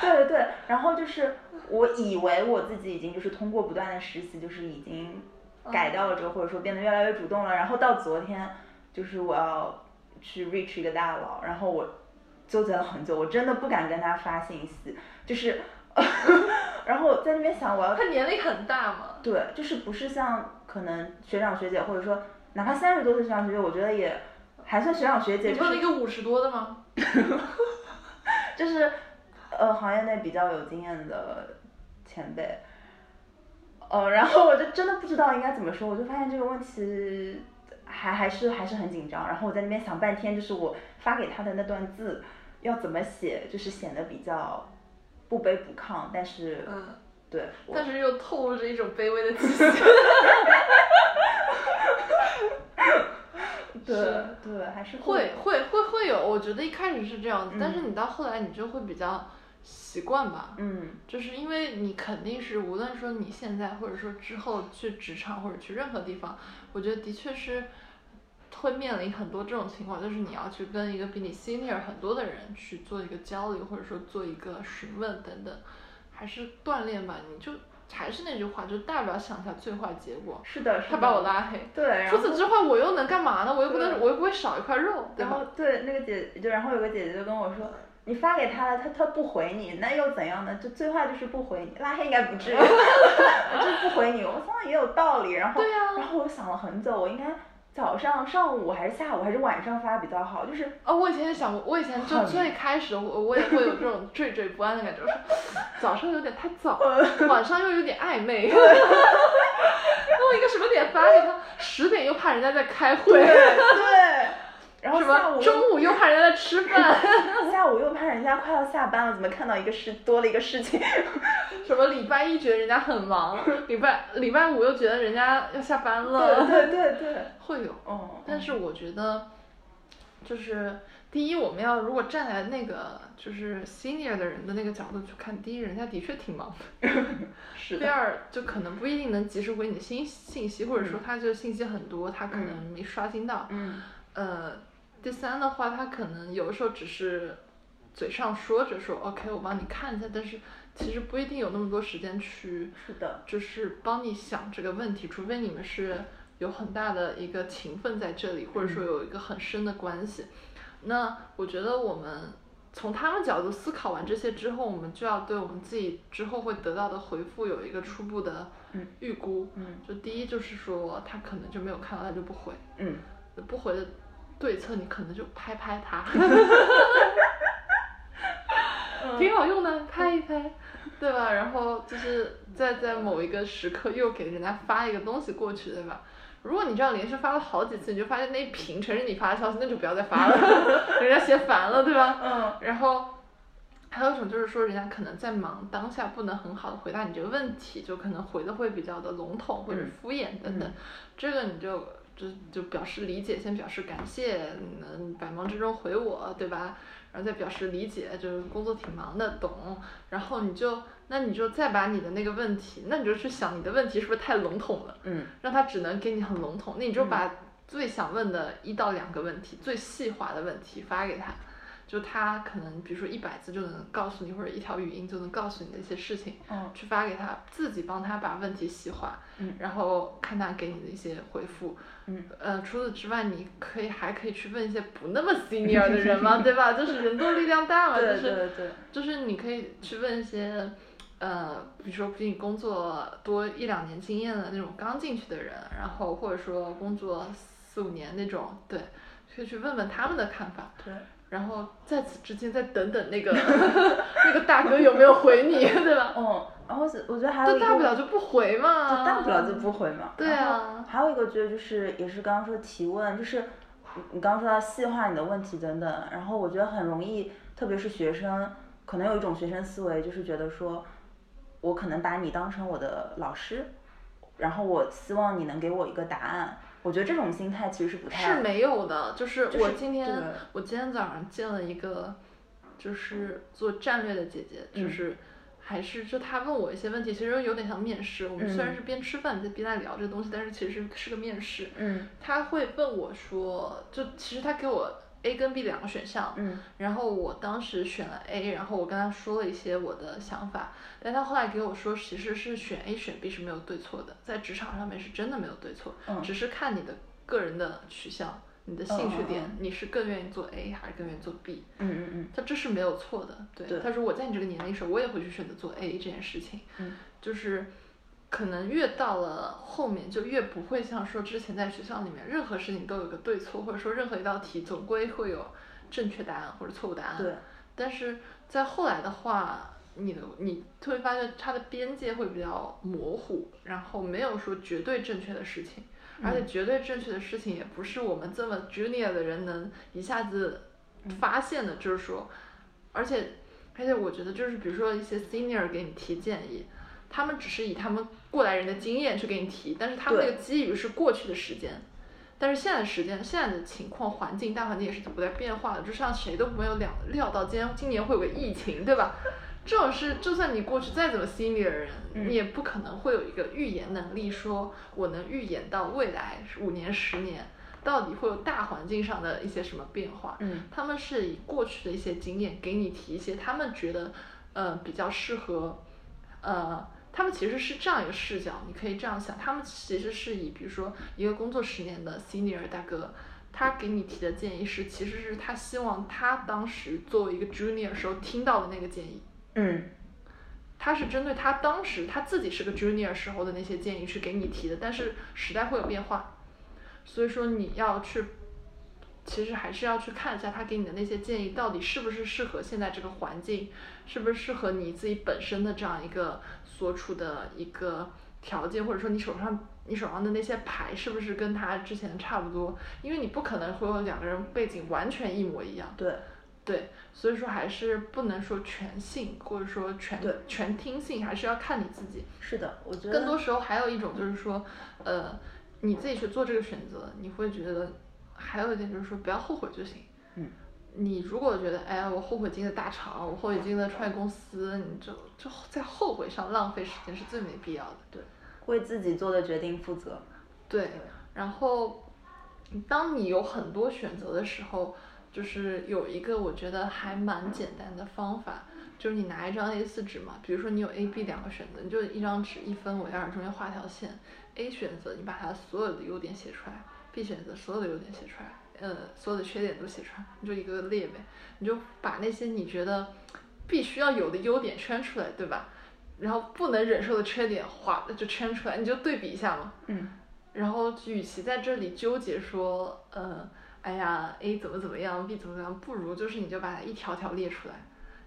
A: 对对对，然后就是我以为我自己已经就是通过不断的实习，就是已经
B: 嗯
A: 改掉了这个，或者说变得越来越主动了。然后到昨天，就是我要去 reach 一个大佬，然后我纠结了很久，我真的不敢跟他发信息，就是， 然后我在那边想我要
B: 他年龄很大嘛，
A: 对，就是不是像可能学长学姐，或者说哪怕三十多岁学长学姐，我觉得也还算学长学姐，
B: 你
A: 就
B: 碰到
A: 是
B: 一个五十多的吗？
A: 就是呃行业内比较有经验的前辈。呃，然后我就真的不知道应该怎么说，我就发现这个问题还还是还是很紧张。然后我在那边想半天，就是我发给他的那段字要怎么写，就是显得比较不卑不亢，但是、
B: 嗯，
A: 对，我
B: 但是又透露着一种卑微的 气息。
A: 对
B: 是
A: 对还是
B: 会会会会有，我觉得一开始是这样子，但是
A: 嗯
B: 你到后来你就会比较习惯吧，
A: 嗯
B: 就是因为你肯定是无论说你现在或者说之后去职场或者去任何地方，我觉得的确是会面临很多这种情况，就是你要去跟一个比你 senior 很多的人去做一个交流，或者说做一个询问等等，还是锻炼吧，你就还是那句话，就大不了想一下最坏结果，
A: 是的，是
B: 他把
A: 的
B: 我拉黑。
A: 对，然
B: 除
A: 后
B: 此之外，我又能干嘛呢？我又不能，
A: 对
B: 我又不会少一块肉，对
A: 然
B: 吧？
A: 后对那个姐就然后有个姐姐就跟我说，你发给他了，他他不回你，那又怎样呢？就最坏就是不回你，拉黑应该不至于， 就是不回你。我想也有道理，然后、
B: 对啊
A: 然后我想了很久，我应该早上、上午还是下午还是晚上发比较好， 就是
B: 啊、我以前也想过，我以前就
A: 很
B: 最开始我我也会有这 种惴惴不安的感觉，我说早上有点太早，
A: 嗯
B: 晚上又有点 暧昧，那我应该什么点发给他？十点又怕人家在开会，
A: 对，然后
B: 什
A: 下
B: 么
A: 午
B: 中午又怕人家在吃饭，
A: 下午又 怕人家快要下班了，怎么看到一个事多了一个事情？
B: 什么礼拜一觉得人家很忙，礼拜礼拜五又觉得人家要下班
A: 对
B: 了，
A: 对对对，
B: 会有。
A: 哦，
B: 但是我觉得，就是第一，我们要如果站在那个就是 senior 的人的那个角度去看，第一，人家的确挺忙的；
A: 是
B: 第
A: 的，
B: 二，就可能不一定能及时回你信信息，或者说他就信息很多，他可能没刷新到。
A: 嗯
B: 呃，第三的话，他可能有的时候只是嘴上说着说 OK，我帮你看一下，但是其实不一定有那么多时间去
A: 是的，
B: 就是帮你想这个问题，除非你们是有很大的一个情分在这里，或者说
A: 嗯
B: 有一个很深的关系。那我觉得我们从他们角度思考完这些之后，我们就要对我们自己之后会得到的回复有一个初步的
A: 嗯
B: 预估。
A: 嗯
B: 就第一就是说他可能就没有看到，他就不回，
A: 嗯。
B: 不回的对策你可能就拍拍他，
A: 嗯
B: 挺好用的，拍一拍，对吧？然后就是在在某一个时刻又给人家发一个东西过去，对吧？如果你这样连续发了好几次，你就发现那一屏全是你发的消息，那就不要再 发了，人家嫌烦了，对吧？
A: 嗯
B: 然后还有一种就是说，人家可能在忙，当下不能很好的回答你这个问题，就可能回的会比较的笼统或者
A: 嗯
B: 敷衍等等，
A: 嗯
B: 这个你就。就就表示理解，先表示感谢，嗯，百忙之中回我，对吧？然后再表示理解，就是工作挺忙的，懂。然后你就，那你就再把你的那个问题，那你就去想你的问题是不是太笼统了，
A: 嗯
B: 让他只能给你很笼统，那你就把最想问的一到两个问题、最细化的问题发给他，就他可能比如说一百字就能告诉你，或者一条语音就能告诉你的一些事情，
A: 嗯
B: 去发给他，自己帮他把问题细化，
A: 嗯
B: 然后看他给你的一些回复。
A: 嗯
B: 呃，除此之外，你可以还可以去问一些不那么 senior 的人 嘛，对吧？就是人多力量大嘛，
A: 对
B: 就是
A: 对对
B: 就是你可以去问一些，呃，比如说比你工作多一两年经验的那种刚进去的人，然后或者说工作四五年那种，对，可以去问问他们的看法，
A: 对，
B: 然 后在此之间再等等那个那个大哥有没有回你，对吧？
A: 哦，然后我我觉得还有一
B: 但
A: 个，
B: 大不了就不回嘛，
A: 就大不了就不回嘛。
B: 对啊
A: 还有一个觉得就是也是刚刚说提问，就是你你刚刚说到细化你的问题等等，然后我觉得很容易，特别是学生，可能有一种学生思维就是觉得说，我可能把你当成我的老师，然后我希望你能给我一个答案。我觉得这种心态其实是不太
B: 是没有的，就是
A: 嗯就是
B: 我今天、
A: 对
B: 我今天早上见了一个，就是做战略的姐姐，
A: 嗯
B: 就是还是就她问我一些问题，其实有点像面试。我们虽然
A: 嗯
B: 是边吃饭在边在聊这个东西，但是其实是个面试。
A: 嗯
B: 她会问我说，就其实她给我 A 跟 B 两个选项，
A: 嗯
B: 然后我当时选了 A，然后我跟他说了一些我的想法，但他后来给我说，其实是选 A 选 B 是没有对错的，在职场上面是真的没有对错，
A: 嗯
B: 只是看你的个人的取向、你的兴趣点，
A: 嗯嗯嗯
B: 你是更愿意做 A 还是更愿意做 B，
A: 嗯嗯嗯
B: 他这是没有错的。对，
A: 对
B: 他说我在你这个年龄时候，我也会去选择做 A 这件事情，
A: 嗯
B: 就是。可能越到了后面，就越不会像说之前在学校里面，任何事情都有个对错，或者说任何一道题总归会有正确答案或者错误答案。
A: 对，
B: 但是在后来的话，你的你就会发现它的边界会比较模糊，然后没有说绝对正确的事情，而
A: 嗯
B: 且绝对正确的事情也不是我们这么 junior 的人能一下子
A: 嗯
B: 发现的，就是说，而且而且我觉得就是比如说一些 senior 给你提建议。他们只是以他们过来人的经验去给你提，但是他们那
A: 对
B: 个基于是过去的时间，但是现在的时间、现在的情况、环境、大环境也是不断变化的，就像谁都没有料料到今天今年会有个疫情，对吧？ 这种事，就算你过去再怎么 senior 的人，
A: 嗯
B: 你也不可能会有一个预言能力，说我能预言到未来五年、十年到底会有大环境上的一些什么变化。
A: 嗯
B: 他们是以过去的一些经验给你提一些他们觉得，呃，比较适合，呃，他们其实是这样一个视角，你可以这样想，他们其实是以比如说一个工作十年的 senior 大哥，他给你提的建议是，其实是他希望他当时作为一个 junior 时候听到的那个建议。
A: 嗯
B: 他是针对他当时他自己是个 junior 时候的那些建议去给你提的，但是时代会有变化，所以说你要去，其实还是要去看一下他给你的那些建议到底是不是适合现在这个环境，是不是适合你自己本身的这样一个所处的一个条件，或者说你手上你手上的那些牌是不是跟他之前差不多，因为你不可能会有两个人背景完全一模一样。
A: 对
B: 对，所以说还是不能说全信，或者说全
A: 对
B: 全听信，还是要看你自己。
A: 是的，我觉得
B: 更多时候还有一种就是说，呃，你自己去做这个选择，你会觉得，还有一点就是说不要后悔就行。
A: 嗯，
B: 你如果觉得，哎呀，我后悔进了大厂，我后悔进了创业公司，你就就在后悔上浪费时间是最没必要的。
A: 对为自己做的决定负责。
B: 对，然后当你有很多选择的时候，就是有一个我觉得还蛮简单的方法，就是你拿一张 A4 纸嘛，比如说你有 A、B 两个选择，你就一张纸一分为二，中间画条线。A 选择你把它所有的优点写出来，B 选择所有的优点写出来，呃，所有的缺点都写出来，你就一个个列呗，你就把那些你觉得必须要有的优点圈出来，对吧？然后不能忍受的缺点划就圈出来，你就对比一下嘛。
A: 嗯
B: 然后与其在这里纠结说，呃，哎呀，A 怎么怎么样，B 怎么怎么样，不如就是你就把它一条条列出来，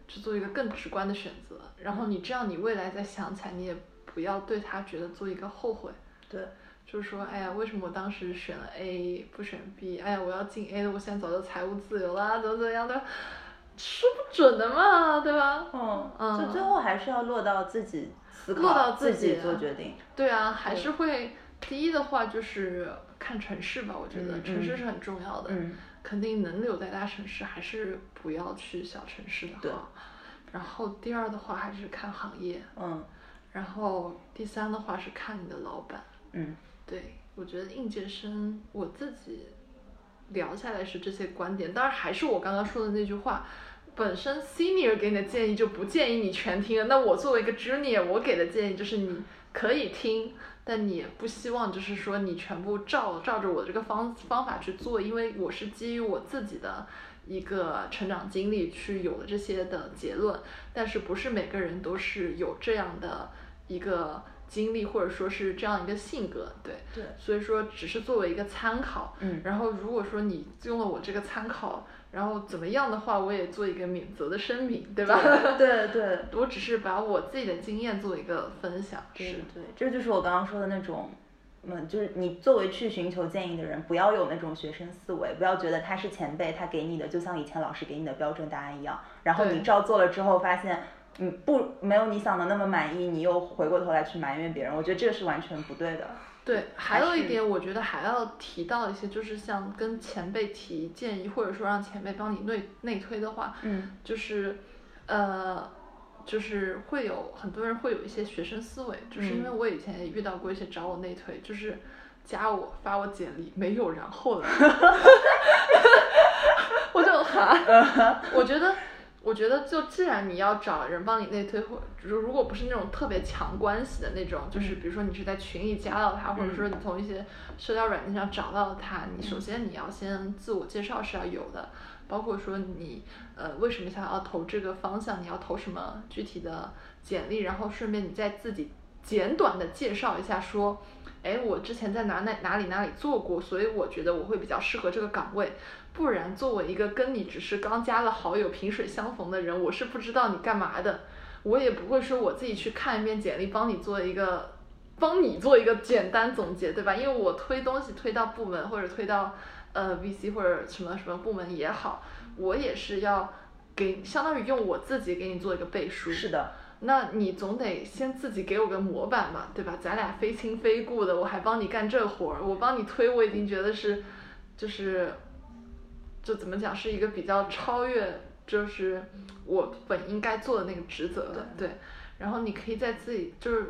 B: 去做一个更直观的选择。然后你这样，你未来再想起来，你也不要对它觉得做一个后悔，
A: 对
B: 就是说，哎呀，为什么我当时选了 A 不选 B？哎呀，我要进 A 的，我现在早就财务自由啦，怎么怎么样的，说不准的嘛，对吧？
A: 嗯，
B: 嗯
A: 就最后还是要落到自己思考，
B: 落到
A: 自
B: 自己啊
A: 做决定。
B: 对啊，还是会第一的话就是看城市吧，我觉得
A: 嗯
B: 城市是很重要的，
A: 嗯
B: 肯定能留在大城市还是不要去小城市
A: 对
B: 的好。然后第二的话还是看行业，
A: 嗯
B: 然后第三的话是看你的老板。
A: 嗯
B: 对，我觉得应届生我自己聊下来是这些观点，当然还是我刚刚说的那句话，本身 senior 给你的建议就不建议你全听了。那我作为一个 junior，我给的建议就是你可以听，但你也不希望就是说你全部照照着我这个方方法去做，因为我是基于我自己的。一个成长经历去有了这些的结论，但是不是每个人都是有这样的一个经历，或者说是这样一个性格，对。
A: 对
B: 所以说，只是作为一个参考。
A: 嗯
B: 然后，如果说你用了我这个参考，然后怎么样的话，我也做一个免责的声明，对吧？
A: 对对
B: 我只是把我自己的经验做一个分享。
A: 对
B: 是。
A: 对，这就是我刚刚说的那种，嗯，就是你作为去寻求建议的人，不要有那种学生思维，不要觉得他是前辈，他给你的就像以前老师给你的标准答案一样，然后你
B: 对
A: 照做了之后发现。嗯，不，没有你想的那么满意，你又回过头来去埋怨别人，我觉得这个是完全不对的。
B: 对，还
A: 还
B: 有一
A: 是
B: 点，我觉得还要提到一些，就是像跟前辈提建议，或者说让前辈帮你内内推的话，
A: 嗯，
B: 就是，呃，就是会有很多人会有一些学生思维，就是因为
A: 嗯
B: 我以前也遇到过一些找我内推，就是加我发我简历，没有然后了， 我就哈， 我觉得。我觉得，就既然你要找人帮你内推，或如如果不是那种特别强关系的那种，就是
A: 嗯
B: 比如说你是在群里加到他，或者
A: 嗯
B: 说你从一些社交软件上找到他，你首先你要先自我介绍是要有的，包括说你呃为什么想要投这个方向，你要投什么具体的简历，然后顺便你再自己简短的介绍一下说。哎，我之前在哪哪哪里哪里做过，所以我觉得我会比较适合这个岗位。不然，作为一个跟你只是刚加了好友、萍水相逢的人，我是不知道你干嘛的，我也不会说我自己去看一遍简历，帮你做一个，帮你做一个简单总结，对吧？因为我推东西推到部门或者推到呃 VC 或者什么什么部门也好，我也是要给相当于用我自己给你做一个背书。
A: 是的，
B: 那你总得先自己给我个模板吧，对吧？咱俩非亲非故的，我还帮你干这活儿，我帮你推，我已经觉得是，就是，就怎么讲，是一个比较超越，就是我本应该做的那个职责的，对。然后你可以在自己就是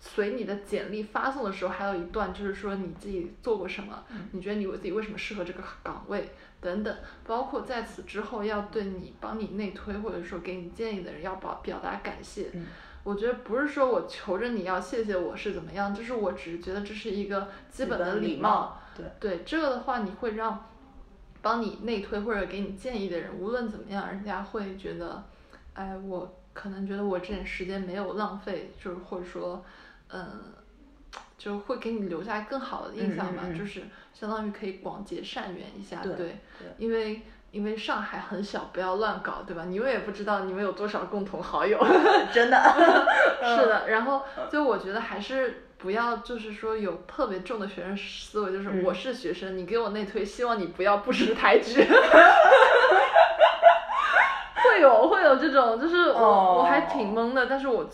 B: 随你的简历发送的时候，还有一段就是说你自己做过什么，你觉得你自己为什么适合这个岗位等等，包括在此之后要对你帮你内推或者说给你建议的人要表表达感谢。
A: 嗯
B: 我觉得不是说我求着你要谢谢我是怎么样，就是我只是觉得这是一个基本的
A: 礼
B: 礼貌。，
A: 对，
B: 对这个的话，你会让帮你内推或者给你建议的人，无论怎么样，人家会觉得，哎，我可能觉得我这点时间没有浪费，就是或者说，嗯、就会给你留下更好的印象吧，
A: 嗯嗯嗯
B: 就是相当于可以广结善缘一下，
A: 对对
B: 因为。因为上海很小，不要乱搞，对吧？你永远不知道你们有多少共同好友。
A: 真的，
B: 是的，然后就我觉得还是不要，就是说有特别重的学生思维，就是
A: 嗯
B: 我是学生，你给我内推，希望你不要不识抬举。 会有会有这种，就是我、
A: 哦
B: 我还挺懵的，但是我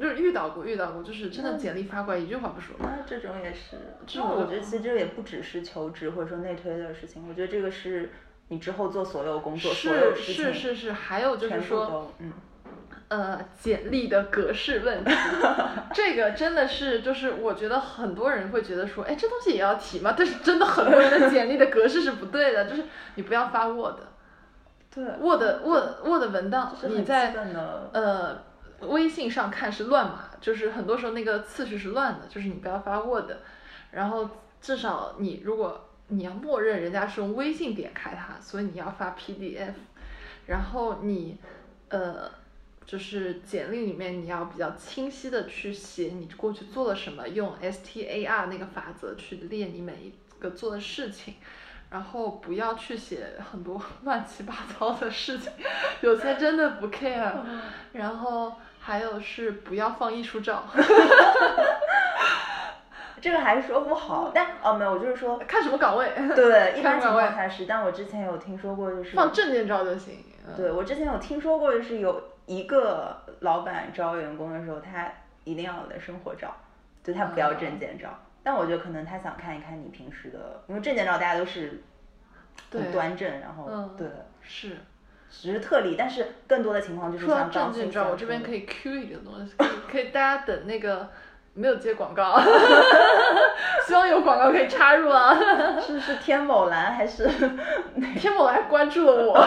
B: 就是遇到过遇到过，就是真的简历发过来一句话不说。
A: 那这种也是，
B: 这
A: 那我
B: 种
A: 觉得其实这也不只是求职或者说内推的事情，我觉得这个是你之后做所有工作、所有
B: 是
A: 事
B: 是
A: 情，
B: 是是，还有就是
A: 全部
B: 说，
A: 都嗯，
B: 呃简历的格式问题，这个真的是就是我觉得很多人会觉得说，哎，这东西也要提吗？但是真的很多人的简历的格式是不对的，就是你不要发 Word。
A: 对，
B: Word Word Word 文档
A: 这是，很
B: 你在
A: 基本的
B: 呃微信上看是乱码，就是很多时候那个次序是乱的，就是你不要发 Word，然后至少你如果你要默认人家是用微信点开它，所以你要发 PDF，然后你呃就是简历里面你要比较清晰的去写你过去做了什么，用 STAR 那个法则去列你每一个做的事情。然后不要去写很多 乱七八糟的事情，有些真的
A: 嗯
B: 不 care。然后还有是不要放艺 术照，，
A: 这个还说不好，但哦没有，我就是说
B: 看什么岗位，
A: 对，一般情
B: 看什么岗
A: 况
B: 位，
A: 下是，但我之前有听说过，就是
B: 放证件照就行。嗯
A: 对，我之前有听说过，就是有一个老板招员工的时候，他一定要有的生活照，就他不要
B: 嗯
A: 证件照。但我觉得可能他想看一看你平时的，因为证件照大家都是
B: 对
A: 很端正，然后、
B: 嗯
A: 对，
B: 是。
A: 只是特例，但是更多的情况就是
B: 说到
A: 像
B: 证
A: 刚才
B: 件照，我这边可以 Q 一个东西，可以可以大家等那个没有接广告， 希望有广告可以插入啊。
A: 是是天某蓝还是
B: 天某还关注了我，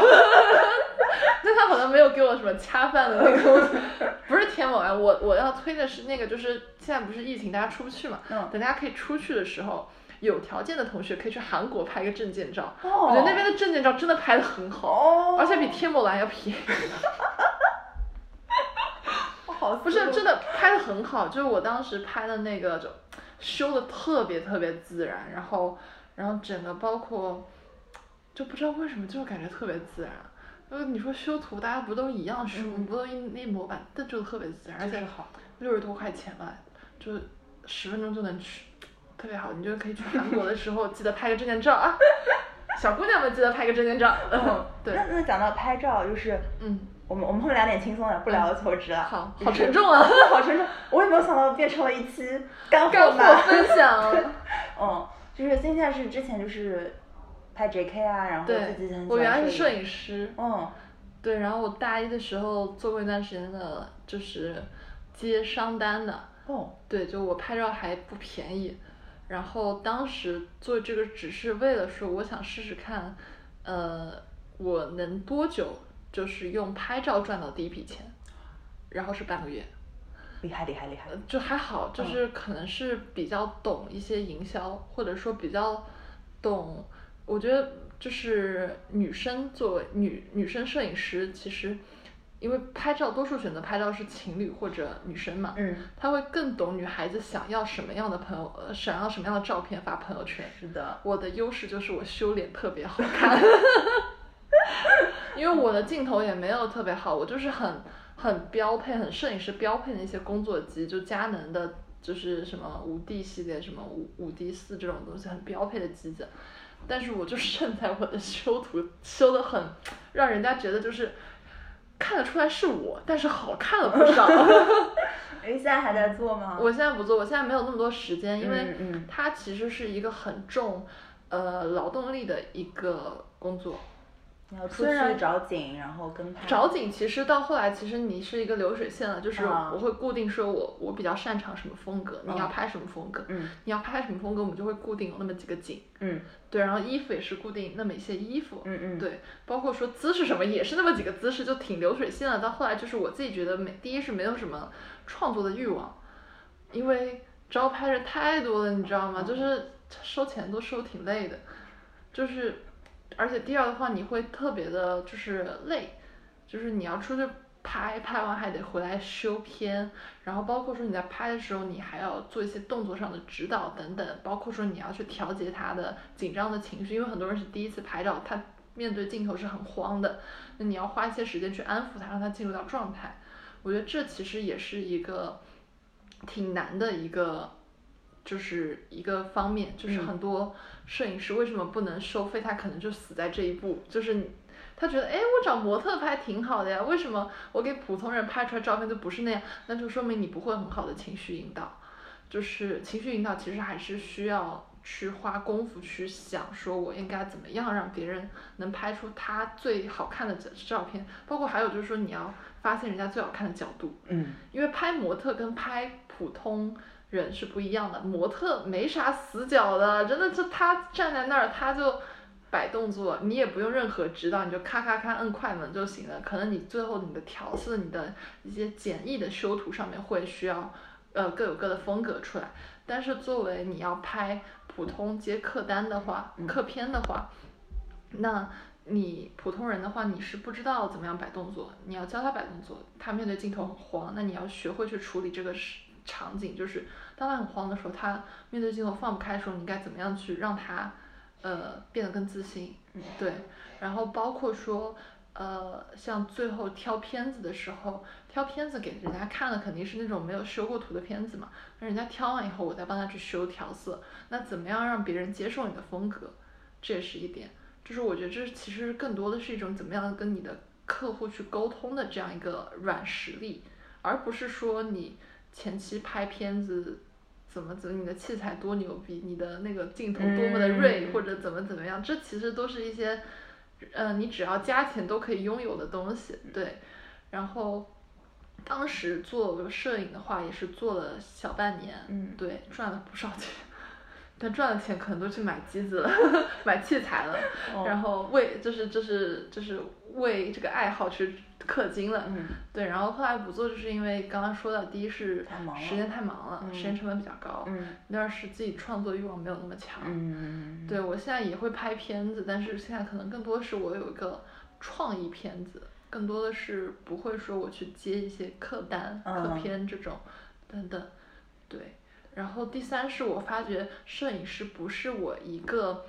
B: 但他好像没有给我什么恰饭的那个，不是天某啊，我我要推的是那个，就是现在不是疫情，大家出不去嘛，
A: 嗯
B: 等大家可以出去的时候。有条件的同学可以去韩国拍个证件照，
A: 哦
B: 我觉得那边的证件照真的拍的很好，
A: 哦
B: 而且比天某蓝要便宜。
A: 哦好思路，
B: 不是真的拍的很好，就是我当时拍的那个就修的特别特别自然，然后然后整个包括就不知道为什么就是感觉特别自然。呃，你说修图大家不都一样修，
A: 嗯
B: 不都一那模板，但就特别自然，而
A: 就是
B: 且
A: 好。
B: 六十多块钱吧，就十分钟就能去，特别好。你就可以去韩国的时候记得拍个证件照 啊，小姑娘们记得拍个证件照。
A: 嗯
B: 对
A: 那，那讲到拍照，就是
B: 嗯，
A: 我们我们后面聊点轻松的，不聊求职了。
B: 好
A: 就
B: 好
A: 是
B: 沉重啊
A: 好沉重。我也没有想到变成了一期干
B: 干
A: 货
B: 货
A: 吧。
B: 分享。
A: 嗯，就是现在是之前就是拍 JK 啊，然后
B: 对
A: 自己很，喜
B: 我
A: 欢
B: 原来是
A: 摄
B: 摄影师。
A: 嗯，
B: 对，然后我大一的时候做过一段时间的，就是接商单的。
A: 哦，
B: 对，就我拍照还不便宜，然后当时做这个只是为了说，我想试试看，呃，我能多久就是用拍照赚到第一笔钱，然后是半个月，
A: 厉害厉害厉害嗯
B: 呃。就还好，就是可能是比较懂一些营销，或者说比较懂，我觉得就是女生作为女女生摄影师，其实因为拍照多数选择拍照是情侣或者女生嘛，
A: 嗯，
B: 他会更懂女孩子想要什么样的朋友，呃，想要什么样的照片发朋友圈。
A: 是的。
B: 我的优势就是我修脸特别好看， 因为我的镜头也没有特别好，我就是很很标配，很摄影师标配的一些工作机，就佳能的，就是什么五 D 系列，什么五五 D 四这种东西很标配的机子。但是我就胜在我的修图修的很，让人家觉得就是看得出来是我，但是好看了不少。
A: 哎，现在还在做吗？
B: 我现在不做，我现在没有那么多时间，因为
A: 啊嗯嗯
B: 它其实是一个很重呃劳动力的一个工作。
A: 你要出
B: 虽然
A: 去找景，然后跟拍。
B: 找景其实到后来，其实你是一个流水线了，就是
A: 啊
B: 我会固定说我我比较擅长什么风格，你要
A: 嗯
B: 拍什么风格，
A: 嗯
B: 你要拍什么风格，我们就会固定有那么几个景。
A: 嗯
B: 对，然后衣服也是固定那么一些衣服，
A: 嗯嗯，，
B: 对，包括说姿势什么也是那么几个姿势，就挺流水线的。到后来就是我自己觉得没，第一是没有什么创作的欲望，因为招拍人太多了，你知道吗？就是收钱都收挺累的，就是而且第二的话你会特别的就是累，就是你要出去。拍拍完还得回来修片，然后包括说你在拍的时候，你还要做一些动作上的指导等等，包括说你要去调节他的紧张的情绪，因为很多人是第一次拍照，他面对镜头是很慌的，那你要花一些时间去安抚他，让他进入到状态。我觉得这其实也是一个挺难的一个，就是一个方面，就是
A: 嗯
B: 很多摄影师为什么不能收费，他可能就死在这一步，就是你他觉得，哎，我找模特拍挺好的呀，为什么我给普通人拍出来照片就不是那样？那就说明你不会很好的情绪引导，就是情绪引导其实还是需要去花功夫去想，说我应该怎么样让别人能拍出他最好看的照片，包括还有就是说你要发现人家最好看的角度，
A: 嗯
B: 因为拍模特跟拍普通人是不一样的，模特没啥死角的，真的就他站在那儿他就摆动作，你也不用任何指导，你就咔咔咔摁快门就行了。可能你最后你的调色、你的一些简易的修图上面会需要呃各有各的风格出来，但是作为你要拍普通接客单的话、
A: 嗯
B: 客片的话，那你普通人的话，你是不知道怎么样摆动作，你要教他摆动作，他面对镜头很慌，那你要学会去处理这个事场景，就是当他很慌的时候，他面对镜头放不开的时候，你该怎么样去让他呃变得更自信？对，然后包括说。呃，像最后挑片子的时候，挑片子给人家看的肯定是那种没有修过图的片子嘛。那人家挑完以后，我再帮他去修调色。那怎么样让别人接受你的风格，这也是一点。就是我觉得这其实更多的是一种怎么样跟你的客户去沟通的这样一个软实力，而不是说你前期拍片子怎么怎么你的器材多牛逼，你的那个镜头多么的锐，
A: 嗯
B: 或者怎么怎么样，这其实都是一些，呃，你只要加钱都可以拥有的东西，对。
A: 嗯
B: 然后当时做摄影的话，也是做了小半年，
A: 嗯
B: 对，赚了不少钱。 但赚的钱可能都去买机子了， 买器材了，
A: 哦
B: 然后为就是就是就是为这个爱好去氪金了。
A: 嗯
B: 对，然后后来不做，就是因为刚刚说到，第一是
A: 太忙了
B: 时间太忙了，
A: 嗯
B: 时间成本比较高。
A: 嗯
B: 第二是自己创作欲望没有那么强。
A: 嗯，
B: 对我现在也会拍片子，但是现在可能更多是我有一个创意片子，更多的是不会说我去接一些课单、
A: 嗯
B: 课片这种等等，对。然后第三是我发觉摄影师不是我一个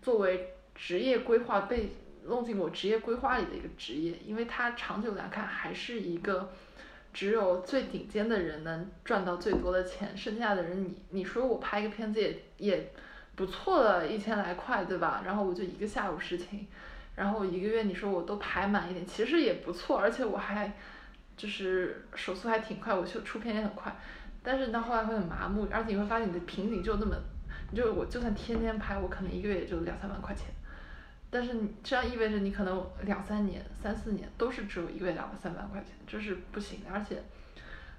B: 作为职业规划被弄进我职业规划里的一个职业，因为它长久来看还是一个只有最顶尖的人能赚到最多的钱，剩下的人你你说我拍一个片子也也不错了，一千来块对吧？然后我就一个下午事情，然后一个月你说我都排满一点，其实也不错，而且我还就是手速还挺快，我就出片也很快。但是你到后来会很麻木，而且你会发现你的瓶颈就那么，你就我就算天天拍，我可能一个月也就两三万块钱。但是你这样意味着你可能两三年、三四年都是只有一个月两三万块钱，这是不行的。而且，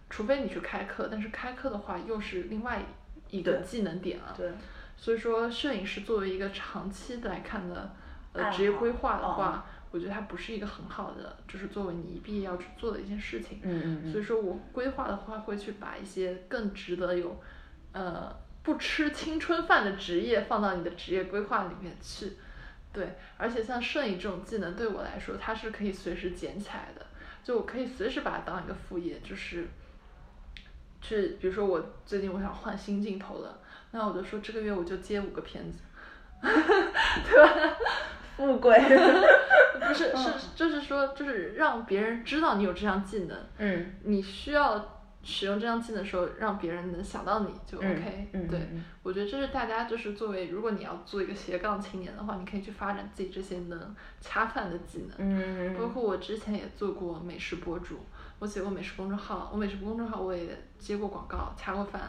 B: 除非你去开课，但是开课的话又是另外一个
A: 对
B: 技能点啊了。
A: 对，
B: 所以说，摄影师作为一个长期来看的
A: 爱
B: 呃
A: 好
B: 职业规划的
A: 哦
B: 话，我觉得它不是一个很好的，就是作为你必要去做的一件事情。
A: 嗯嗯嗯
B: 所以说我规划的话，会去把一些更值得有，呃，不吃青春饭的职业放到你的职业规划里面去。对，而且像摄影这种技能对我来说，它是可以随时捡起来的，就我可以随时把它当一个副业，就是去，比如说我最近我想换新镜头了，那我就说这个月我就接五个片子， 对吧？
A: 富贵，
B: 不是，
A: 嗯
B: 是就是说，就是让别人知道你有这项技能，
A: 嗯，
B: 你需要使用这项技能的时候，让别人能想到你就
A: 嗯
B: OK、
A: 嗯
B: 对
A: 嗯嗯，
B: 我觉得这是大家就是作为，如果你要做一个斜杠青年的话，你可以去发展自己这些能恰饭的技能。
A: 嗯
B: 包括我之前也做过美食博主，我写过美食公众号，我美食公众号我也接过广告，恰过饭，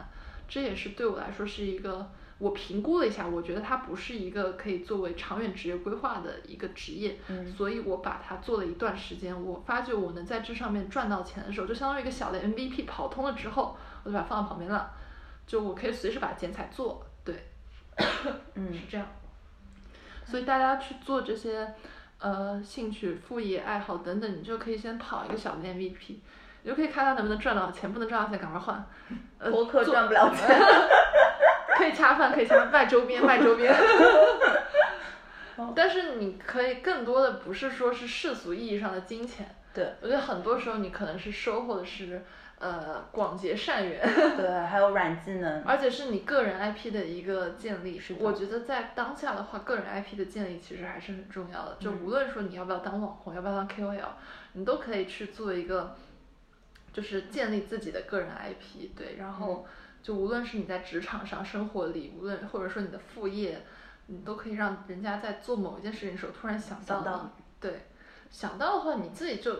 B: 这也是对我来说是一个，我评估了一下，我觉得它不是一个可以作为长远职业规划的一个职业，
A: 嗯
B: 所以我把它做了一段时间，我发觉我能在这上面赚到钱的时候，就相当于一个小的 MVP 跑通了之后，我就把它放到旁边了，就我可以随时把它剪裁做，对，
A: 嗯
B: 是这样。所以大家去做这些，呃，兴趣、副业、爱好等等，你就可以先跑一个小的 MVP，你就可以看他能不能赚到钱，不能赚到钱赶快换。呃，
A: 播客
B: 做
A: 赚不了钱，
B: 可以恰饭，可以恰饭，卖周边，卖周边。 但是你可以更多的不是说是世俗意义上的金钱，
A: 对
B: 我觉得很多时候你可能是收获的是呃广结善缘，
A: 对，还有软技能，
B: 而且是你个人 IP 的一个建立。
A: 嗯是的
B: 我觉得在当下的话，个人 IP 的建立其实还是很重要的。就
A: 嗯
B: 无论说你要不要当网红，要不要当 KOL，你都可以去做一个，就是建立自己的个人 IP。对，然
A: 嗯
B: 后就无论是你在职场上、生活里，无论或者说你的副业，你都可以让人家在做某一件事情的时候突然想到
A: 想到
B: 你。对，想到的话，你自己就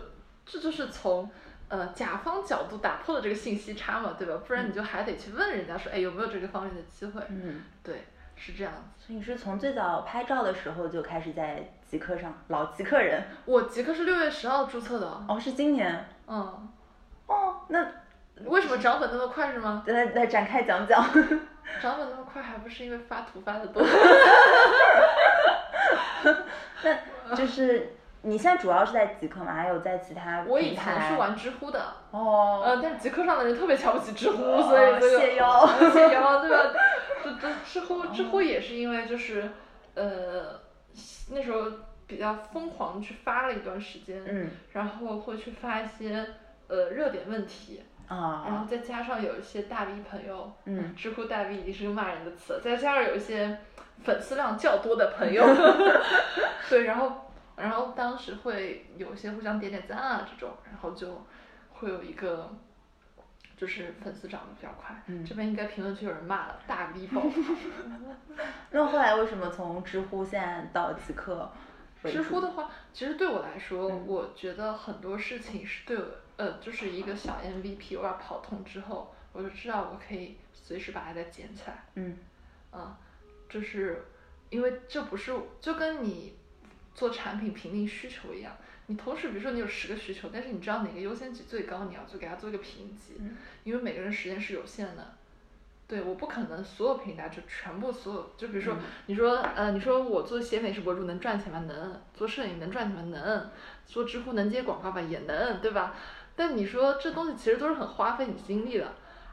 B: 这就是从呃甲方角度打破了这个信息差嘛，对吧？不然你就还得去问人家说，哎，有没有这个方面的机会？
A: 嗯，
B: 对，是这样子。
A: 所以你是从最早拍照的时候就开始在极客上，老极客人，
B: 我极客是六月十号注册的，
A: 哦，是今年，
B: 嗯，
A: 哦，那
B: 为什么涨粉那么快是吗？
A: 来来展开讲 讲，
B: 涨粉那么快还不是因为发图发的多？
A: 那就是你现在主要是在极客嘛，还有在其他
B: 我以
A: 平
B: 前
A: 台
B: 是玩知乎的，
A: 哦，
B: 呃，但是极客上的人特别瞧不起知乎，
A: 哦
B: 所以这个呃
A: 谢邀
B: 谢邀对吧？这这知乎知乎也是因为就是呃那时候比较疯狂去发了一段时间，
A: 嗯
B: 然后会去发一些呃热点问题，然后
A: 啊，
B: 再加上有一些大 V 朋友，
A: 嗯
B: 知乎大 V 已经是个骂人的词了，再加上有一些粉丝量较多的 朋友，对，然后然后当时会有一些互相点点赞啊这种，然后就会有一个。就是粉丝涨得比较快，
A: 嗯
B: 这边应该评论区有人骂了，大 V 爆
A: 那后来为什么从知乎现在到极客为主？
B: 知乎的话，其实对我来说，
A: 嗯
B: 我觉得很多事情是对我，呃，就是一个小 MVP，我把它跑通之后，我就知道我可以随时把它再捡起来，
A: 嗯
B: 啊、就是因为这不是就跟你做产品评定需求一样，你同时比如说你有十个需求，但是你知道哪个优先级最高，你要就给它做一个评级，
A: 嗯
B: 因为每个人时间是有限的。对，我不可能所有平台就全部所有，就比如说、
A: 嗯
B: 你说呃，你说我做写美食博主能赚钱吗？能。做摄影能赚钱吗？能。做知乎能接广告吧？也能，对吧？但你说这东西其实都是很花费你精力的，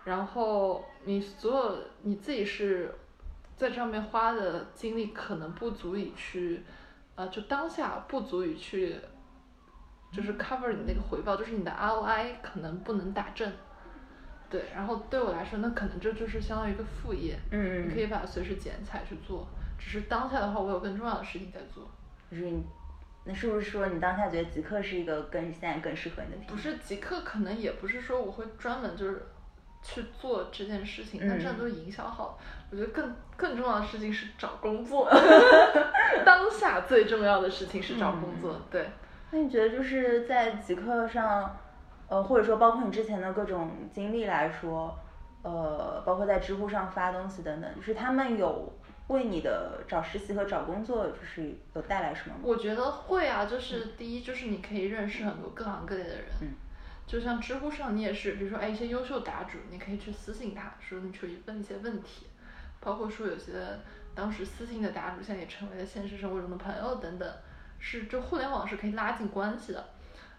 B: 然后你所有你自己是在上面花的精力可能不足以去，呃，就当下不足以去就是
A: 嗯
B: cover 你那个回报，就是你的 ROI 可能不能打正。对，然后对我来说，那可能这就是相当于一个副业，
A: 嗯，
B: 你可以把它随时剪裁去做。只是当下的话，我有更重要的事情在做，
A: 就是你，那是不是说你当下觉得极客是一个更现在更适合你的品牌？
B: 不是即刻，可能也不是说我会专门就是去做这件事情，那
A: 嗯
B: 这样都营销好了。我觉得更更重要的事情是找工作， 当下最重要的事情是找工作。
A: 嗯
B: 对，
A: 那你觉得就是在极客上，呃，或者说包括你之前的各种经历来说，呃，包括在知乎上发东西等等，就是他们有为你的找实习和找工作就是有带来什么吗？
B: 我觉得会啊，就是第一就是你可以认识很多各行各业的人，
A: 嗯
B: 就像知乎上你也是，比如说哎一些优秀答主，你可以去私信他说你去问一些问题，包括说有些当时私信的答主现在也成为了现实生活中的朋友等等，是就互联网是可以拉近关系的，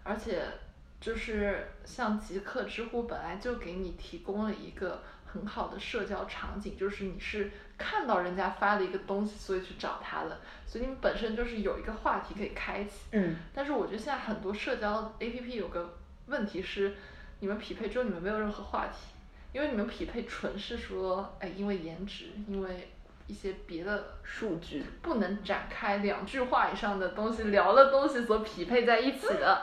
B: 而且就是像极客、知乎本来就给你提供了一个很好的社交场景，就是你是看到人家发了一个东西，所以去找他的，所以你们本身就是有一个话题可以开启。
A: 嗯
B: 但是我觉得现在很多社交 APP 有个问题是，你们匹配之后你们没有任何话题，因为你们匹配纯是说，哎，因为颜值，因为一些别的
A: 数据，
B: 不能展开两句话以上的东西聊的东西所匹配在一起的。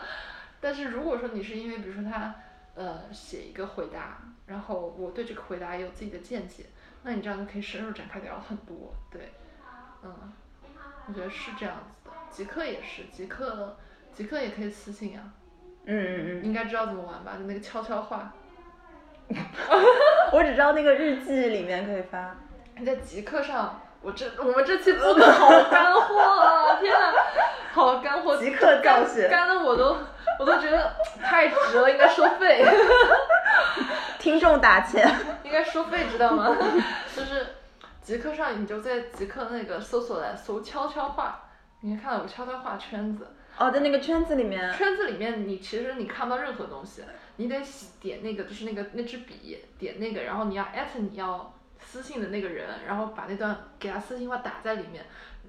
B: 但是如果说你是因为，比如说他呃写一个回答，然后我对这个回答有自己的见解，那你这样就可以深入展开聊很多。对，嗯，我觉得是这样子的。极客也是，极客极客也可以私信啊，
A: 嗯嗯
B: 你应该知道怎么玩吧？就那个悄悄话，
A: 嗯，我只知道那个日记里面可以发，
B: 你在极客上。我这我们这期做的好干货啊！天哪，好干货！
A: 极客教学
B: 干的我都我都觉得太值了，应该收费，
A: 听众打钱，
B: 应该收费，知道吗？ 就是极客上，你就在极客那个搜索栏搜悄悄话，你看到有悄悄话圈子，
A: 哦，在那个圈子里面，
B: 圈子里面你其实你看不到任何东西，你得点那个就是那个那支笔，点那个，然后你要艾特你要私信的那个人，然后把那段给他私信话打在里面。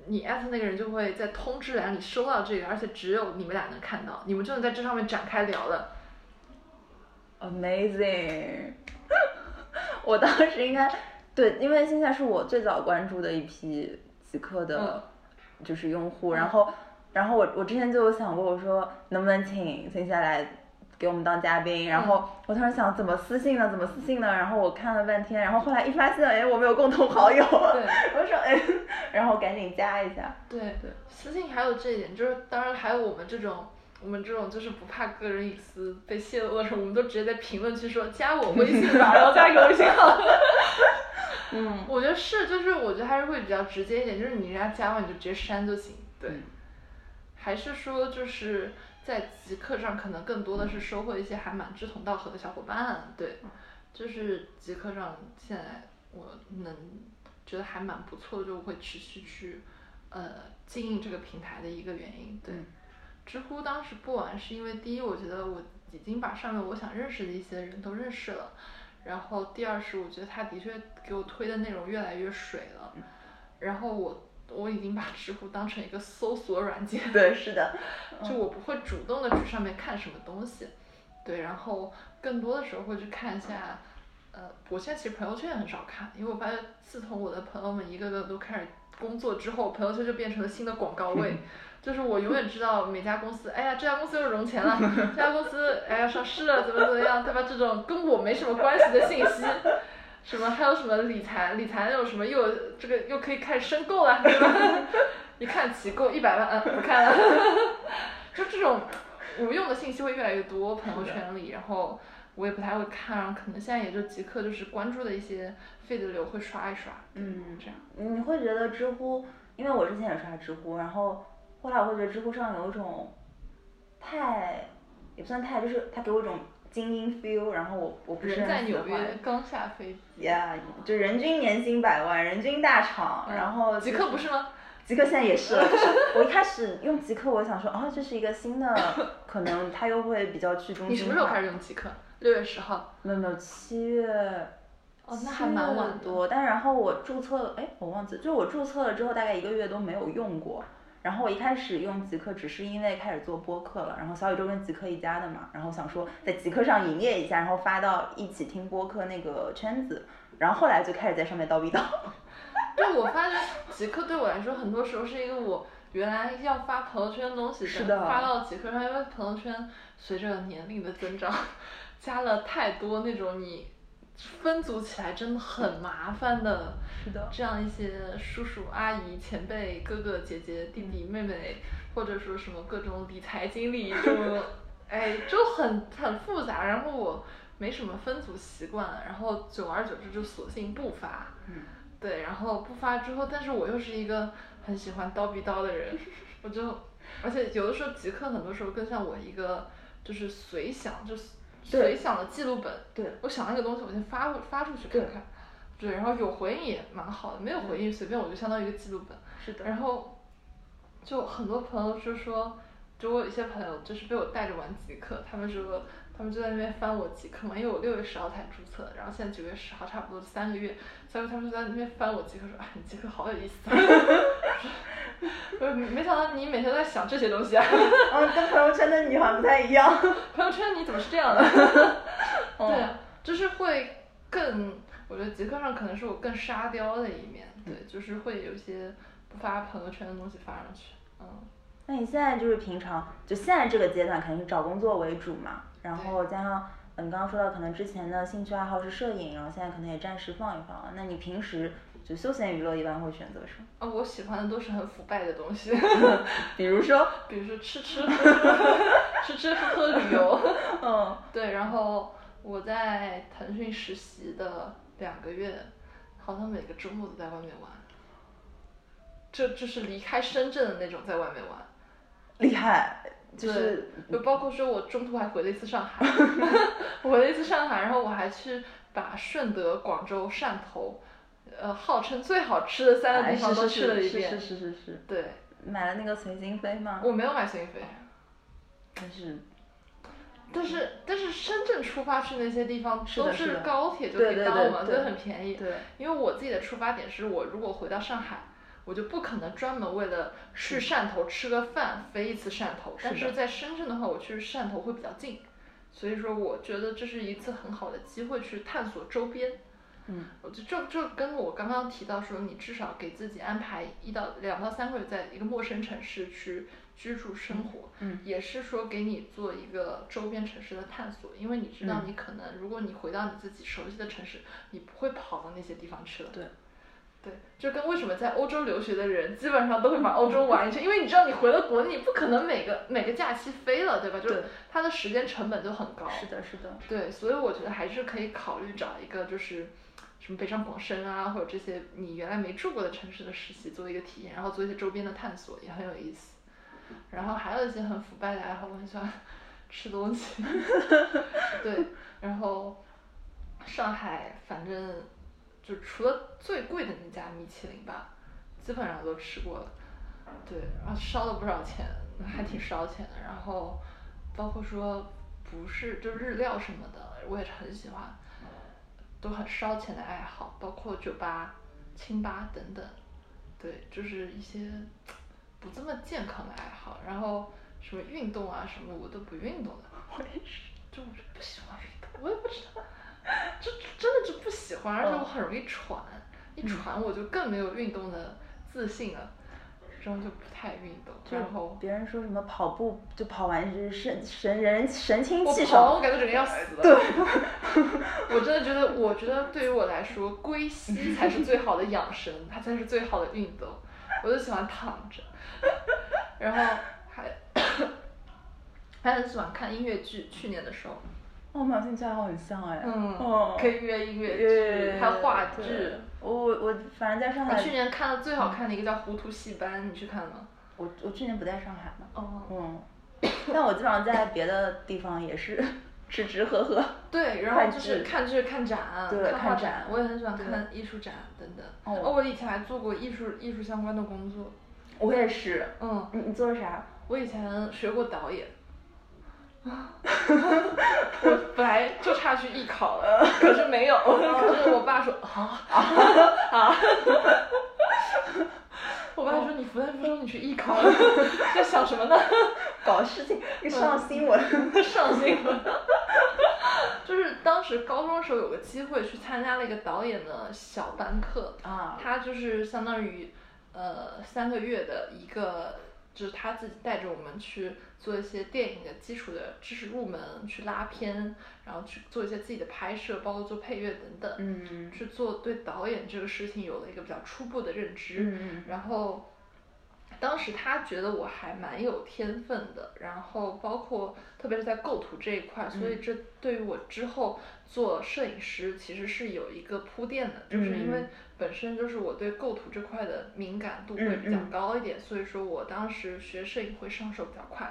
B: 你艾特那个人就会在通知栏里收到这个，而且只有你们俩能看到，你们就能在这上面展开聊了。
A: Amazing！我当时应该对，因为现在是我最早关注的一批极客
B: 嗯
A: 的，就是用户。然后，然后我我之前就有想过，我说能不能请请下来给我们当嘉宾？然
B: 嗯
A: 后我突然想怎么私信呢？怎么私信呢？然后我看了半天，然后后来一发现，哎，我们有共同好友， 我就说哎，然后赶紧加一下。
B: 对对，私信还有这一点，就是当然还有我们这种，我们这种就是不怕个人隐私被泄露的时候，我们都直接在评论区说加我微信吧，然后加一个微信号。
A: 嗯，
B: 我觉得是，就是我觉得还是会比较直接一点，就是你人家加完你就直接删就行。对，
A: 嗯
B: 还是说就是在极客上可能更多的是收获一些还蛮志同道合的小伙伴。对，
A: 嗯
B: 就是极客上现在我能觉得还蛮不错的，就我会持续去呃经营这个平台的一个原因。对，
A: 嗯
B: 知乎当时不玩是因为第一，我觉得我已经把上面我想认识的一些人都认识了。然后第二是，我觉得他的确给我推的内容越来越水了，然后我我已经把知乎当成一个搜索软件，
A: 对，是的，
B: 就我不会主动的去上面看什么东西，对，然后更多的时候会去看一下，呃，我现在其实朋友圈也很少看，因为我发现自从我的朋友们一个个都开始工作之后，朋友圈就变成了新的广告位。就是我永远知道每家公司，哎呀，这家公司又融钱了，这家公司哎呀上市了，怎么怎么样，对吧？这种跟我没什么关系的信息，什么还有什么理财，理财有什么又有这个又可以开始申购了，对吧 一看起购一百万，嗯，不看了。 就这种无用的信息会越来越多，朋友圈里，然后我也不太会看，可能现在也就即刻就是关注的一些 feed 流会刷一刷，
A: 嗯
B: 这样。
A: 你会觉得知乎，因为我之前也刷知乎，然后后来我会觉得知乎上有一种太，也不算太，就是它给我一种精英 feel，然后我我不是
B: 人在
A: 很喜
B: 纽
A: 欢。
B: 约刚下飞机，
A: 呀就人均年薪百万，人均大厂，然后
B: 即
A: 就嗯
B: 嗯刻不是吗？
A: 极客现在也是了，就是我一开始用极客，我想说，哦，这是一个新的，可能它又会比较去中心化。
B: 你什么时候开始用即刻？六月十号。
A: 没有没有，七月
B: 哦，那还蛮晚的。
A: 多，但然后我注册了，哎，我忘记了，就是我注册了之后大概一个月都没有用过，然后我一开始用极客只是因为开始做播客了，然后小宇宙跟极客一家的嘛，然后想说在极客上营业一下，然后发到一起听播客那个圈子，然后后来就开始在上面叨逼叨。
B: 对，我发现极客对我来说，很多时候是一个我原来要发朋友圈的东西，
A: 是的
B: 发到极客上，因为朋友圈随着年龄的增长，加了太多那种你分组起来真的很麻烦的，
A: 是的
B: 这样一些叔叔阿姨、前辈、哥哥姐姐、弟弟妹妹，或者说什么各种理财经理，就哎就很很复杂，然后我。没什么分组习惯，然后久而久之就索性不发。
A: 嗯
B: 对，然后不发之后，但是我又是一个很喜欢叨逼叨的人，我就，而且有的时候极客很多时候更像我一个就是随想，就是随想的记录本。
A: 对
B: 我想那个东西，我先发过发出去看看。对，然后有回应也蛮好的，没有回应随便我就相当于一个记录本。
A: 是的，
B: 然后就很多朋友就说，就我有一些朋友就是被我带着玩极客，他们说他们就在那边翻我极客嘛，因为我六月十号才注册，然后现在九月十号差不多三个月，所以他们就在那边翻我极客说，哎，你极客好有意思、啊， 我说没想到你每天都在想这些东西啊，
A: 嗯，跟朋友圈的你好像不太一样。
B: 朋友圈你怎么是这样的？ 对啊，就是会更，我觉得极客上可能是我更沙雕的一面，对，就是会有一些不发朋友圈的东西发上去，嗯。
A: 那你现在就是平常就现在这个阶段，肯定是找工作为主嘛，然后加上嗯，刚刚说到可能之前的兴趣爱好是摄影，然后现在可能也暂时放一放。那你平时就休闲娱乐一般会选择什么？
B: 啊，我喜欢的都是很腐败的东西，
A: 比如说，
B: 比如说吃吃喝喝 吃吃喝喝旅游。
A: 嗯，
B: 对，然后我在腾讯实习的两个月，好像每个周末都在外面玩。这就是离开深圳的那种，在外面玩，
A: 厉害，就
B: 对
A: 是
B: 就包括说我中途还回了一次上海， 我回了一次上海，然后我还去把顺德、广州、汕头，呃，号称最好吃的三个
A: 哎
B: 地方
A: 是
B: 都
A: 是
B: 去了
A: 是
B: 一
A: 是
B: 遍。
A: 是是是是，
B: 对，
A: 买了那个随心飞吗？
B: 我没有买随飞。
A: 但是
B: 但是但是深圳出发去那些地方
A: 是的
B: 都
A: 是的
B: 高铁就可
A: 对
B: 以
A: 对
B: 到
A: 对
B: 嘛，
A: 对
B: 都很便宜。
A: 对
B: 因为我自己的出发点是我如果回到上海，我就不可能专门为了去汕头吃个饭飞一次汕头。但
A: 是的
B: 是在深圳的话，我去汕头会比较近，所以说我觉得这是一次很好的机会去探索周边。
A: 嗯，
B: 我就这这跟我刚刚提到说，你至少给自己安排一到两到三个月在一个陌生城市去居住生活，
A: 嗯
B: 也是说给你做一个周边城市的探索，因为你知道
A: 嗯
B: 你可能如果你回到你自己熟悉的城市，你不会跑到那些地方去了。
A: 对。
B: 对，就跟为什么在欧洲留学的人基本上都会把欧洲玩一圈，因为你知道你回了国，你不可能每个每个假期飞了，对吧？就是
A: 对
B: 它的时间成本就很高。
A: 是的是的，
B: 对，所以我觉得还是可以考虑找一个就是什么北上广深啊，或者这些你原来没住过的城市的实习做一个体验，然后做一些周边的探索，也很有意思。然后还有一些很腐败的爱好，我很喜欢吃东西。对，然后上海反正就除了最贵的那家米其林吧，基本上都吃过了。对，然后烧了不少钱，还挺烧钱的。然后包括说不是就日料什么的，我也是很喜欢，都很烧钱的爱好，包括酒吧、清吧等等。对，就是一些不这么健康的爱好。然后什么运动啊什么，我都不运动的。
A: 我也是。
B: 就我就不喜欢运动，我也不知道，就真的就不喜欢，而且我很容易喘，一
A: 嗯
B: 喘我就更没有运动的自信了，然后就不太运动，
A: 就
B: 然后
A: 别人说什么跑步就跑完就是神神人神清
B: 我
A: 气
B: 跑完
A: 爽，哦
B: 我感觉整个要死了。对， 我真的觉得，我觉得对于我来说，归西才是最好的养生，它才是最好的运动。我就喜欢躺着，然后还还很喜欢看音乐剧。去年的时候，
A: 哦我们俩兴趣爱好很像哎，
B: 嗯
A: 哦，
B: 可以约音乐
A: 对
B: 剧，还有话剧
A: 对。我我反正在上
B: 我
A: 海，
B: 啊去年看了最好看的一个叫《糊涂戏班》，你去看了吗？
A: 我我去年不在上海嘛，
B: 哦，
A: 嗯，但我基本上在别的地方也是吃吃喝喝。
B: 对，然
A: 看
B: 后就是
A: 剧
B: 看剧、看展、
A: 对
B: 看画
A: 看展
B: 我也很喜欢
A: 对
B: 看艺术展等等。
A: 哦
B: 哦，我以前还做过艺术艺术相关的工作。
A: 我也是，
B: 嗯，
A: 你你做啥？
B: 我以前学过导演， 我本来就差去艺考了，可是 没有，
A: 哦
B: 可是我爸说啊啊啊，
C: 我
A: 哦
C: 爸说你复旦附中，你去艺考， 在想什么呢？
A: 搞事情，又上
B: 嗯
A: 新闻。
C: 上新闻。
B: 就是当时高中的时候有个机会去参加了一个导演的小班课，
A: 啊
B: 他就是相当于呃三个月的一个，就是他自己带着我们去做一些电影的基础的知识入门，去拉片，然后去做一些自己的拍摄，包括做配乐等等，
A: 嗯
B: 去做对导演这个事情有了一个比较初步的认知，
A: 嗯
B: 然后当时他觉得我还蛮有天分的，然后包括特别是在构图这一块，所以
A: 嗯
B: 这对于我之后做摄影师其实是有一个铺垫的，就是因为
A: 嗯
B: 本身就是我对构图这块的敏感度会
A: 嗯
B: 比较
A: 嗯
B: 高一点，所以说我当时学摄影会上手比较快。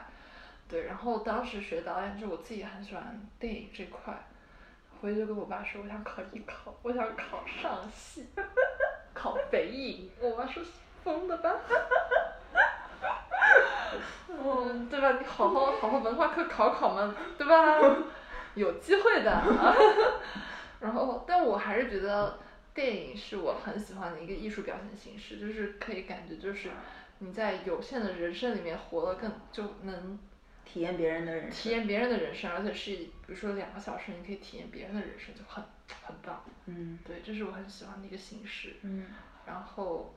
B: 对，然后当时学导演，就我自己很喜欢电影这块，回去就跟我爸说，我想考艺考，我想考上戏，考北影。我妈说疯的吧？ 嗯，对吧？你好好好好文化课考考嘛，对吧？ 有机会的。 然后，但我还是觉得电影是我很喜欢的一个艺术表现形式，就是可以感觉就是你在有限的人生里面活得更就能
A: 体验别人的人
B: 体
A: 生。
B: 验别人的人生，而且是比如说两个小时，你可以体验别人的人生，就很很棒。
A: 嗯
B: 对，这是我很喜欢的一个形式。
A: 嗯
B: 然后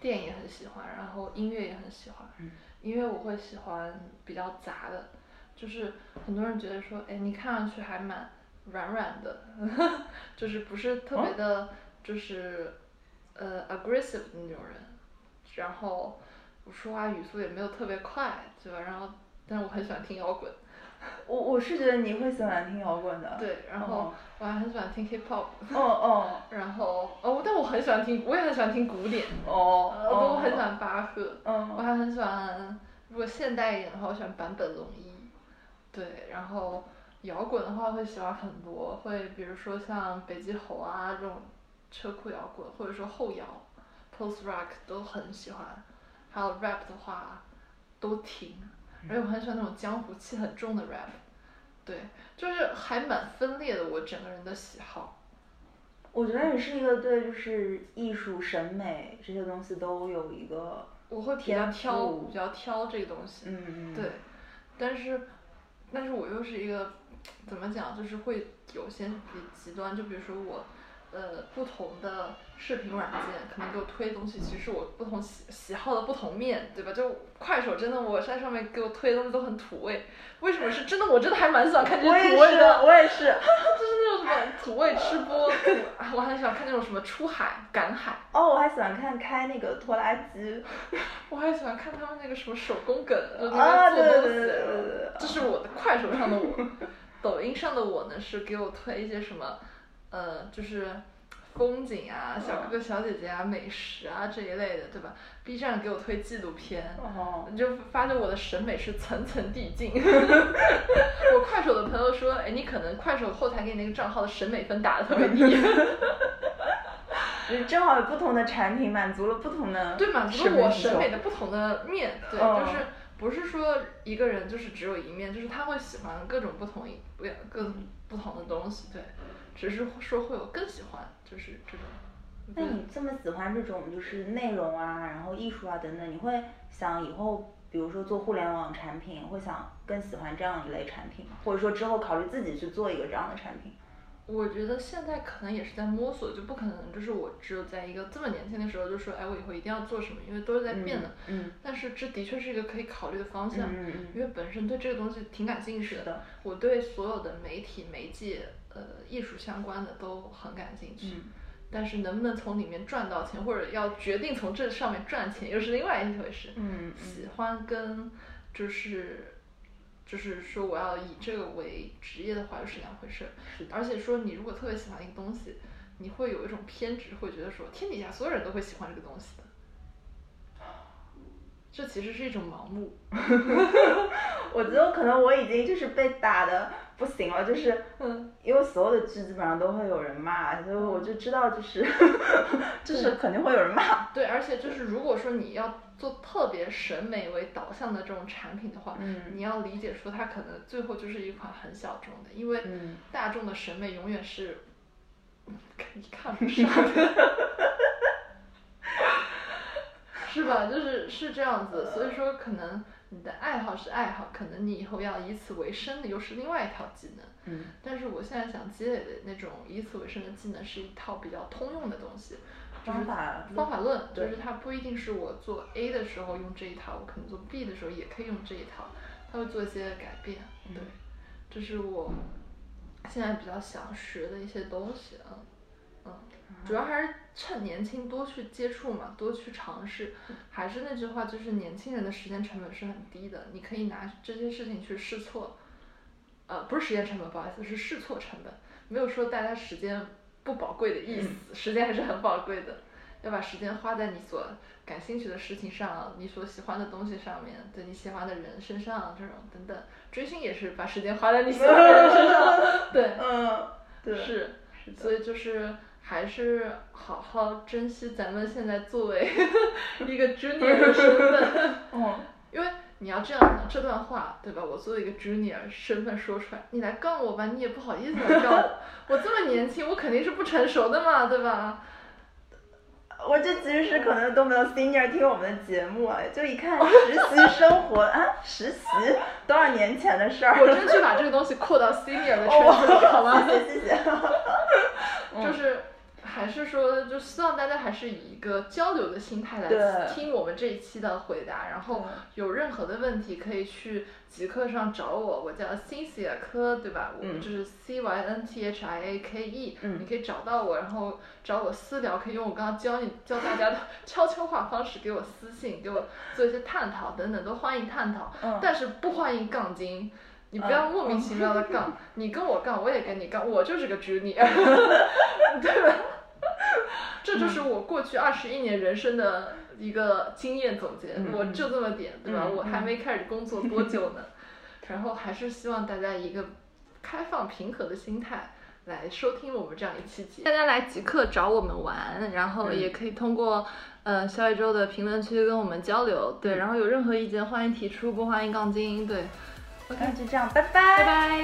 B: 电影也很喜欢，然后音乐也很喜欢。
A: 嗯
B: 因为我会喜欢比较杂的，就是很多人觉得说，哎，你看上去还蛮软软的， 就是不是特别
A: 哦
B: 的，就是、呃 aggressive 的那种人，然后我说话语速也没有特别快，对吧？然后，但是我很喜欢听摇滚，
A: 我我是觉得你会喜欢听摇滚的。。
B: 对，然后
A: 哦
B: 我还很喜欢听 hip hop，
A: 哦哦
B: 然后哦，但我很喜欢听，我也很喜欢听古典，
A: 哦。哦
B: 呃，都我很喜。欢巴赫，我
A: 嗯
B: 还很喜欢，如果现代一点的话，我喜欢坂本龙一，对，然后摇滚的话会喜欢很多，会比如说像北极猴啊这种车库摇滚，或者说后摇，post rock 都很喜欢，还有 rap 的话都听，
A: 嗯
B: 而且我很喜欢那种江湖气很重的 rap，对，就是还蛮分裂的我整个人的喜好，
A: 我觉得你是一个对就是艺术审美这些东西都有一个
B: 我会比较
A: 天
B: 挑，
A: 赋
B: 比较挑这个东西，
A: 嗯嗯
B: 对，但是，但是我又是一个怎么讲，就是会有些比极端，就比如说我，呃，不同的视频软件可能给我推东西，其实我不同喜喜好的不同面对吧？就快手真的我在上面给我推的东西都很土味，为什么是真的？我真的还蛮喜欢看这
A: 我
B: 些
A: 也
B: 土味的，
A: 是我也是。
B: 就是那种什么土味吃播，我很喜欢看那种什么出海赶海，
A: 哦，我还喜欢看开那个拖拉机。
B: 我还喜欢看他们那个什么手工梗，就
A: 啊
B: 那边做东
A: 对对对对对对
B: 西，这是我的快手上的我，抖音上的我呢是给我推一些什么，呃，就是风景啊、小哥哥小姐姐啊、美食啊这一类的，对吧？B 站给我推纪录片，
A: 哦。
B: 你就发现我的审美是层层递进。我快手的朋友说，哎，你可能快手后台给你那个账号的审美分打的特别低。
A: 就是正好有不同的产品满足了不同的
B: 对，满足了我
A: 需
B: 审
A: 求
B: 美的不同的面，对，
A: 嗯
B: 就是不是说一个人就是只有一面，就是他会喜欢各种不同一不要各种不同的东西，对，只是说会有更喜欢，就是这种。
A: 那你这么喜欢这种就是内容啊，然后艺术啊等等，你会想以后比如说做互联网产品，会想更喜欢这样一类产品吗，或者说之后考虑自己去做一个这样的产品？
B: 我觉得现在可能也是在摸索，就不可能就是我只有在一个这么年轻的时候就说，哎，我以后一定要做什么，因为都是在变的。
A: 嗯嗯
B: 但是这的确是一个可以考虑的方向，
A: 嗯嗯嗯
B: 因为本身对这个东西挺感兴趣的。
A: 是的
B: 我对所有的媒体、媒介、呃，艺术相关的都很感兴趣。
A: 嗯
B: 但是能不能从里面赚到钱，或者要决定从这上面赚钱，又是另外一回事。
A: 嗯嗯
B: 喜欢跟就是就是说我要以这个为职业的话，又是两回事儿。
A: 是的
B: 而且说你如果特别喜欢一个东西，你会有一种偏执，会觉得说天底下所有人都会喜欢这个东西的。这其实是一种盲目，
A: 我觉得可能我已经就是被打的不行了， 就是
B: 嗯
A: 因为所有的剧基本上都会有人骂，所以我就知道就是 就是肯定会有人骂。
B: 对，而且就是如果说你要做特别审美为导向的这种产品的话，
A: 嗯
B: 你要理解说它可能最后就是一款很小众的，因为
A: 嗯
B: 大众的审美永 远是你看不上的。是吧？就是是这样子，所以说可能你的爱好是爱好，可能你以后要以此为生的又是另外一套技能。
A: 嗯
B: 但是我现在想积累的那种以此为生的技能是一套比较通用的东西，就是
A: 方法
B: 方法论，就
A: 对
B: 是它不一定是我做 A 的时候用这一套，我可能做 B 的时候也可以用这一套，它会做一些改变。
A: 嗯
B: 对，这是我现在比较想学的一些东西啊。嗯，主要还是趁年轻多去接触嘛，多去尝试。还是那句话，就是年轻人的时间成本是很低的，你可以拿这些事情去试错，呃，不是时间成本，不好意思，是试错成本。没有说大家时间不宝贵的意思，时间还是很宝贵的。要把时间花在你所感兴趣的事情上，你所喜欢的东西上面，对你喜欢的人身上，这种等等，追星也是把时间花在你喜欢的人身上， 对，
A: 嗯，对，
B: 是，
A: 是的，
B: 所以就是还是好好珍惜咱们现在作为 一个 junior 的身份，
A: 嗯，
B: 因为你要这样想这段话，对吧？我作为一个 junior 身份说出来，你来杠我吧，你也不好意思来杠我，我这么年轻，我肯定是不成熟的嘛，对吧？
A: 我这其实是可能都没有 senior 听我们的节目，哎就一 看实习生活啊，实习多少年前的事儿，
B: 我争取把这个东西扩到 senior 的
A: 哦
B: 圈子，好吗？
A: 谢谢谢谢，嗯
B: 就是还是说，就希望大家还是以一个交流的心态来
A: 对嗯
B: 听我们这一期的回答，然后有任何的问题可以去极客上找我，我叫 Cynthia 科，对吧？我
A: 嗯
B: 就是 C Y N T H I A K E，、
A: 嗯
B: 你可以找到我，然后找我私聊，可以用我刚刚教你教大家的悄悄话方式给我私信，给我做一些探讨等等，都欢迎探讨，
A: 嗯
B: 但是不欢迎杠精。你不要莫名其妙的杠，你跟我杠，我也跟你杠，我就是个 junior，对吧？这就是
C: 嗯
B: 我过去二十一年人生的一个经验总结，
A: 嗯
B: 我就这么点，对吧？
A: 嗯
B: 我还没开始工作多久 呢，然后还是希望大家以一个开放平和的心态来收听我们这样一期节目。
C: 大家来极客找我们玩，然后
A: 嗯
C: 也可以通过呃小宇宙的评论区跟我们交流，
B: 嗯
C: 对，然后有任何意见欢迎提出，不欢迎杠精，对，
A: 那就这样，拜
C: 拜拜。